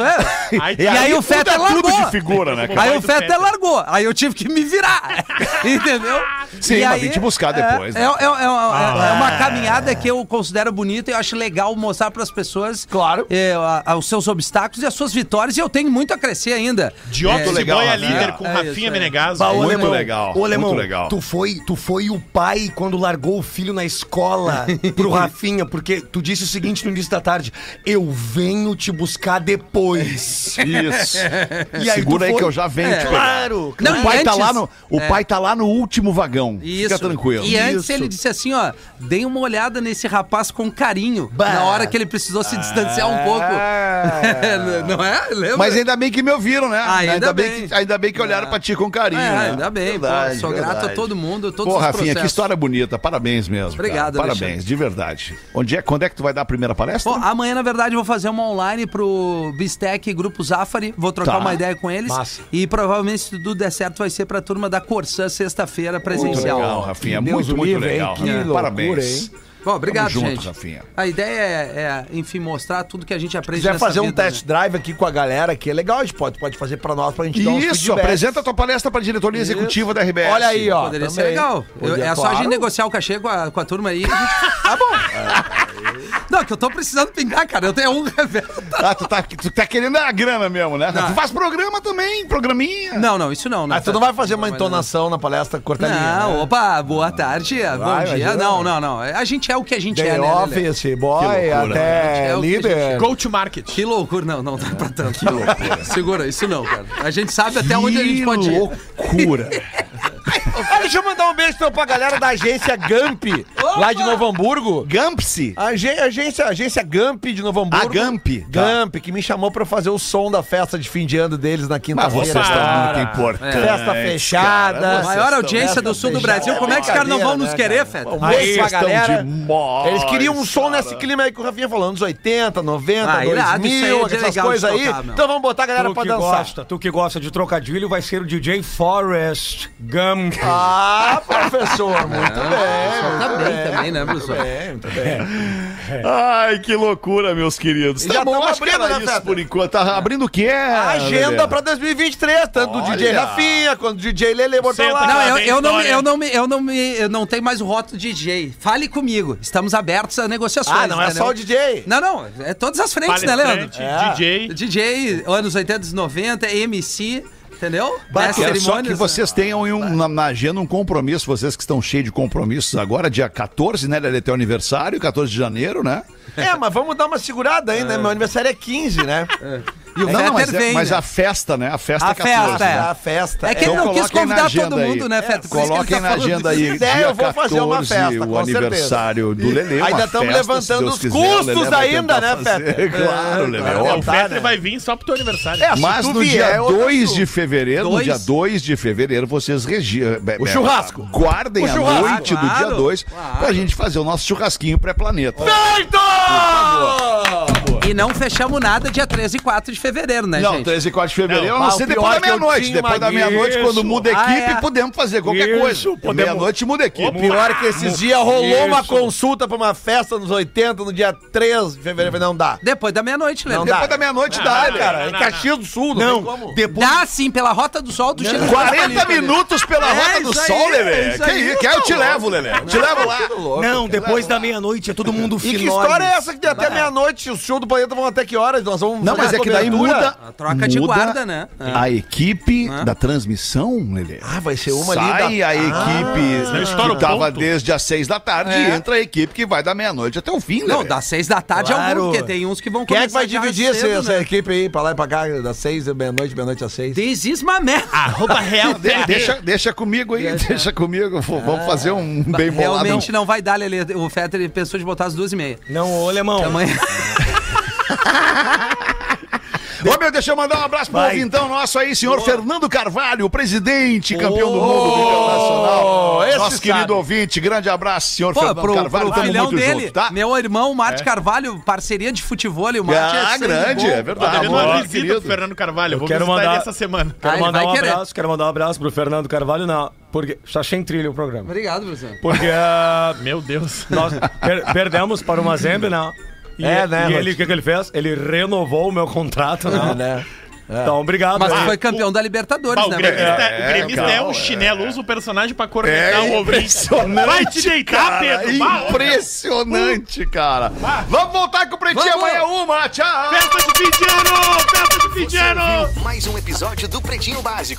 S4: é.
S8: Aí
S4: e aí, o
S3: muda
S4: Fetter
S3: tudo é
S4: largou.
S3: de figura, né, cara?
S4: Aí
S8: Vai
S4: o
S8: do
S4: Fetter
S8: Fetter.
S4: largou. Aí eu tive que me virar. Entendeu?
S3: Sim, mas vim te buscar depois,
S4: É,
S3: né?
S4: é, é- é- é- é uma caminhada que eu considero bonita e eu acho legal mostrar para as pessoas
S6: Claro.
S4: é, a- a- os seus obstáculos e as suas vitórias. E eu tenho muito a crescer ainda.
S8: De Office
S3: legal,
S8: Boy é
S3: Rafinha.
S8: líder com
S4: É isso aí.
S8: Rafinha Menegaso.
S9: Bah, ô,
S3: Muito
S9: alemão,
S3: legal,
S9: Ô, alemão,
S3: muito legal.
S9: Tu foi, tu foi o pai quando largou o filho na escola pro Rafinha, porque tu disse o seguinte no início da tarde: eu venho te buscar depois.
S3: Isso.
S9: E aí
S3: Segura
S9: tu
S3: aí
S9: foi-
S3: que eu já venho
S4: É.
S3: te pegar.
S9: Claro!
S4: Não,
S3: o
S4: e
S3: pai, tá
S4: antes-
S3: lá no, o
S4: é.
S3: pai tá lá no último vagão. Fica tranquilo.
S4: E antes
S9: Isso.
S4: ele disse assim, ó, dei uma olhada nesse rapaz com carinho.
S9: Bah.
S4: Na hora que ele precisou se distanciar um pouco. Não é? Lembra?
S3: Mas ainda bem que me ouviram, né?
S4: Ah, Ainda bem.
S3: que, ainda bem que olharam
S4: É.
S3: pra ti com carinho.
S4: É,
S3: né?
S4: ainda bem, pô, sou grato a todo mundo, todos
S3: Pô,
S4: os
S3: Rafinha, que
S4: processos.
S3: história bonita. Parabéns mesmo. cara.
S4: Obrigado,
S3: Parabéns,
S4: Alexandre. ah,
S3: de verdade. Onde é, quando é que tu vai dar a primeira palestra?
S4: Bom, amanhã, na verdade, eu vou fazer uma online pro Bistec e Grupo Zafari. Vou trocar
S3: Tá.
S4: uma ideia com eles.
S9: Massa.
S4: E provavelmente, se tudo der certo, vai ser pra turma da Corsã, sexta-feira,
S3: muito
S4: presencial.
S3: legal, Rafinha.
S6: Deus
S3: muito,
S6: o
S3: muito
S6: livre, hein?
S3: legal.
S6: Que
S3: Rafinha.
S6: loucura,
S3: Parabéns.
S4: Bom, obrigado,
S3: Tamo junto,
S4: gente.
S3: Rafinha.
S4: A ideia é, é, enfim, mostrar tudo que a gente aprende
S6: Se quiser
S4: nessa
S6: fazer um
S4: vida, né?
S9: né?
S6: test drive aqui com a galera, que é legal, a gente pode, pode fazer pra nós, pra gente dar uns
S3: Isso,
S6: feedbacks.
S3: apresenta a tua palestra pra diretoria executiva da RBS.
S6: Olha aí, ó.
S4: Poderia ser
S6: também.
S4: legal. Eu-
S6: Poderia,
S4: é só a
S6: claro.
S4: gente negociar o cachê com a, com a turma aí. Tá bom. Não, que eu tô precisando pingar, cara. Eu tenho um reverso.
S3: Ah, tu tá, tu tá querendo a grana mesmo, né? Tu faz programa também, programinha.
S4: Não, não, isso não. né?
S6: Ah, tu não vai fazer uma
S4: Não,
S6: entonação na palestra cortadinha.
S4: Não,
S6: né?
S4: opa, boa tarde, bom dia.
S6: imagina.
S4: Não, não, não. A gente é o que a gente
S6: Day
S4: é, né? Lelê?
S6: office, boy,
S3: loucura,
S4: É
S6: até
S4: o que a gente-
S6: líder.
S8: Go to market.
S4: Que loucura, não, não dá pra tanto. Que loucura. Segura, isso não, cara. A gente sabe até onde a gente pode ir.
S3: loucura.
S6: Ah, deixa eu mandar um beijo então pra galera da agência Gamp, lá de Novo Hamburgo.
S3: Gampse.
S6: A agen- agência, agência Ah, Gamp de Novo Hamburgo.
S3: A Gamp, tá.
S6: Gamp, que me chamou pra fazer o som da festa de fim de ano deles na
S3: Mas vocês
S6: quinta-feira.
S3: estão
S6: Cara,
S3: muito importantes.
S6: Festa fechada.
S4: A maior audiência do sul do Brasil, como é que os caras não vão nos querer, Feta?
S6: Um
S3: Aí
S6: beijo pra
S3: estão
S6: galera.
S3: demais,
S6: Eles queriam um som
S3: cara.
S6: nesse clima aí que o Rafinha falou, anos 80, 90,
S4: Ah, irado, isso aí é
S6: 2000,
S4: de
S6: essas
S4: legal de
S6: coisas aí.
S4: tocar, meu.
S6: então vamos botar a galera
S9: tu
S6: pra
S9: que
S6: dançar.
S9: gosta, tu que gosta de trocadilho, vai ser o DJ Forrest Gump.
S6: Ah, professor, muito bem.
S4: Tá
S6: muito
S4: bem também, né,
S6: Muito
S4: professor?
S6: bem, muito bem.
S3: Ai, que loucura, meus queridos. Tá
S6: Já
S3: bom,
S6: tamo
S3: acho que
S6: abrindo,
S3: era
S6: né,
S3: isso
S6: Feta?
S3: por enquanto. Tá abrindo o quê?
S6: Agenda
S3: Lelê?
S6: pra 2023, tanto do DJ
S3: Olha.
S6: Rafinha quanto do DJ Lele botou
S8: Senta
S6: lá.
S8: que
S4: Não,
S8: lá
S4: eu,
S8: vem
S4: eu não, me-
S8: história.
S4: eu, não me, eu não me. Eu não tenho mais o rótulo de DJ. Fale comigo. Estamos abertos a negociações.
S6: Ah, não é
S4: entendeu?
S6: só o DJ.
S4: Não, não. É todas as frentes, né, Leandro?
S8: Palestrante,
S6: É.
S8: DJ.
S4: DJ, anos 80, 90, MC, entendeu? Das
S3: Quero só que
S4: cerimônias, né?
S3: vocês tenham em um- na, na agenda um compromisso, vocês que estão cheios de compromissos agora, dia 14, né, Lelê, teu aniversário, 14 de janeiro, né?
S6: É, mas vamos dar uma segurada aí, né? Meu aniversário é 15, né?
S4: E o
S3: Não, não, mas,
S4: Fetter
S3: é-
S4: vem.
S3: mas
S4: né?
S3: a festa, né? A festa
S4: A
S3: é 14.
S4: festa,
S3: né?
S4: é.
S6: A festa.
S4: É que ele
S3: Então
S4: não quis
S3: coloquem na
S4: convidar todo
S3: agenda
S4: mundo,
S3: aí.
S4: né, Fetter? Por isso que ele
S3: Coloquem
S4: tá
S3: na
S4: falando
S3: agenda
S4: disso.
S3: aí,
S6: Se der,
S3: dia
S6: eu vou fazer uma
S3: 14,
S6: festa,
S3: o
S6: com certeza.
S3: aniversário do Lelê. uma
S6: Ainda tamo
S3: festa, se
S6: levantando
S3: Deus
S6: os
S3: quiser, o Lelê
S6: custos
S3: vai
S6: ainda,
S3: tentar
S6: né,
S3: fazer.
S6: Feta?
S3: Claro,
S6: É,
S3: Lelê,
S4: um
S6: claro.
S3: óbvio.
S8: O
S6: Tá,
S8: Fetter
S6: né?
S8: vai vir só pro teu aniversário.
S6: É,
S3: Mas
S6: Se tu
S3: no
S6: vier, é
S3: dia
S6: outro
S3: 2
S6: assunto.
S3: de fevereiro, no
S4: Dois?
S3: dia 2 de fevereiro, vocês regi...
S6: O churrasco.
S3: Guardem
S6: O churrasco.
S3: a noite do
S4: Claro,
S3: dia 2
S4: claro.
S3: pra gente fazer o nosso churrasquinho pré-planeta.
S4: E não fechamos nada dia 13 e 4 de fevereiro, né,
S3: Não,
S4: gente?
S3: 13 e 4 de fevereiro,
S6: Não,
S3: eu não
S6: ah,
S3: sei,
S6: o
S3: depois
S6: pior
S3: da
S6: é que eu
S3: meia-noite.
S6: tinha
S3: Depois da
S6: uma-
S3: meia-noite,
S9: Isso.
S3: quando muda a
S4: Ah,
S3: equipe,
S4: é.
S3: podemos fazer qualquer
S9: Isso,
S3: coisa.
S9: podemos.
S3: Meia-noite muda a
S6: O
S3: equipe.
S6: pior é que esses dias rolou uma consulta pra uma festa nos 80, no dia 3 de fevereiro. Não dá.
S4: Depois da meia-noite, Leandro.
S3: Depois da meia-noite dá,
S6: Dá,
S8: não,
S6: cara.
S8: não,
S6: Em
S8: não,
S6: Caxias do Sul, não, tem como.
S4: Depois... Dá sim, pela Rota do Sol, tu chega em
S3: 40
S4: Guarapari,
S3: minutos pela
S4: É,
S3: Rota do
S4: isso aí,
S3: Sol,
S4: é
S3: Lelê.
S4: isso
S3: Que
S4: aí,
S3: isso? Que aí eu te levo, Lelê. Te levo lá.
S9: Não, depois da meia-noite é todo mundo
S6: E que é
S9: finório.
S6: história é essa que tem até meia-noite o show do planeta vão até que horas? Nós vamos
S3: Não,
S6: fazer
S3: mas é que daí
S6: cobertura?
S3: muda.
S4: A troca de
S3: muda
S4: guarda, né?
S3: A equipe
S4: Ah.
S3: da transmissão, Lelê.
S6: Ah, vai ser uma é
S3: Sai
S6: ali. da-
S3: a equipe
S8: Não estoura o
S3: que tava
S8: ponto.
S3: desde as seis da tarde e
S4: Ah. É.
S3: entra a equipe que vai da meia-noite até o fim, né, Lelê.
S4: Não, das seis da tarde é
S6: Claro.
S4: o mundo, porque tem uns que vão
S6: Quem é que
S4: começar
S6: vai
S4: já
S6: dividir essa,
S4: cedo,
S6: essa
S4: né?
S6: equipe aí, pra lá e pra cá, das seis, da meia-noite, meia-noite às seis?
S4: This is my man.
S3: Ah,
S8: Arroba real.
S3: De- deixa, deixa comigo aí,
S4: Deixa.
S3: deixa comigo. Vou- Vamos fazer um bem bolado.
S4: é. Ah. Realmente não vai dar, Lelê. O Fetter pensou de botar as duas e meia.
S9: Não, ô, alemão.
S4: Amanhã.
S3: Ô, meu, deixa eu mandar um abraço pro ouvintão nosso aí, senhor Fernando Carvalho, presidente, campeão do mundo do internacional.
S6: esse
S3: Nosso
S6: sabe.
S3: querido ouvinte, grande abraço, senhor
S4: Pô,
S3: Fernando
S4: pro,
S3: Carvalho.
S4: pro
S3: Tamo
S4: filhão
S3: muito
S4: dele,
S3: junto, tá?
S4: meu irmão, Marte Carvalho, parceria de futebol, o Marte
S3: Ah,
S4: é sangue
S3: grande,
S4: bom.
S3: é
S8: Tô
S3: verdade.
S8: Tá devendo uma
S3: Amor,
S8: visita
S3: querido.
S8: pro Fernando Carvalho. Eu vou
S9: quero
S8: visitar
S9: mandar-
S8: ele essa semana.
S4: Ah,
S9: Quero
S4: ele
S9: mandar
S4: vai
S9: um
S4: querer.
S9: abraço, quero mandar um abraço pro Fernando Carvalho, não, porque está sem trilho o programa.
S4: Obrigado, professor.
S9: Porque ah,
S8: Meu Deus.
S9: nós per- perdemos para uma Zembe, não. E,
S6: É, né,
S9: e ele,
S6: Rod?
S9: o que, que ele fez? Ele renovou o meu contrato,
S6: Ah,
S9: não.
S6: né?
S9: Então, obrigado.
S4: Mas
S9: aí.
S4: foi campeão da Libertadores,
S8: Bah, o
S4: né?
S8: gremista,
S4: Magrão?
S8: o gremista é um chinelo, usa o personagem pra
S3: É
S8: cornetar o ouvinte.
S3: impressionante,
S8: Vai te deitar,
S3: cara,
S8: Pedro. Bah,
S3: Impressionante, cara. Vamos voltar com o Pretinho
S4: Vamos.
S3: amanhã uma. Tchau.
S8: Festa de fim de ano! Festa de fim de ano!
S11: Mais um episódio do Pretinho Básico.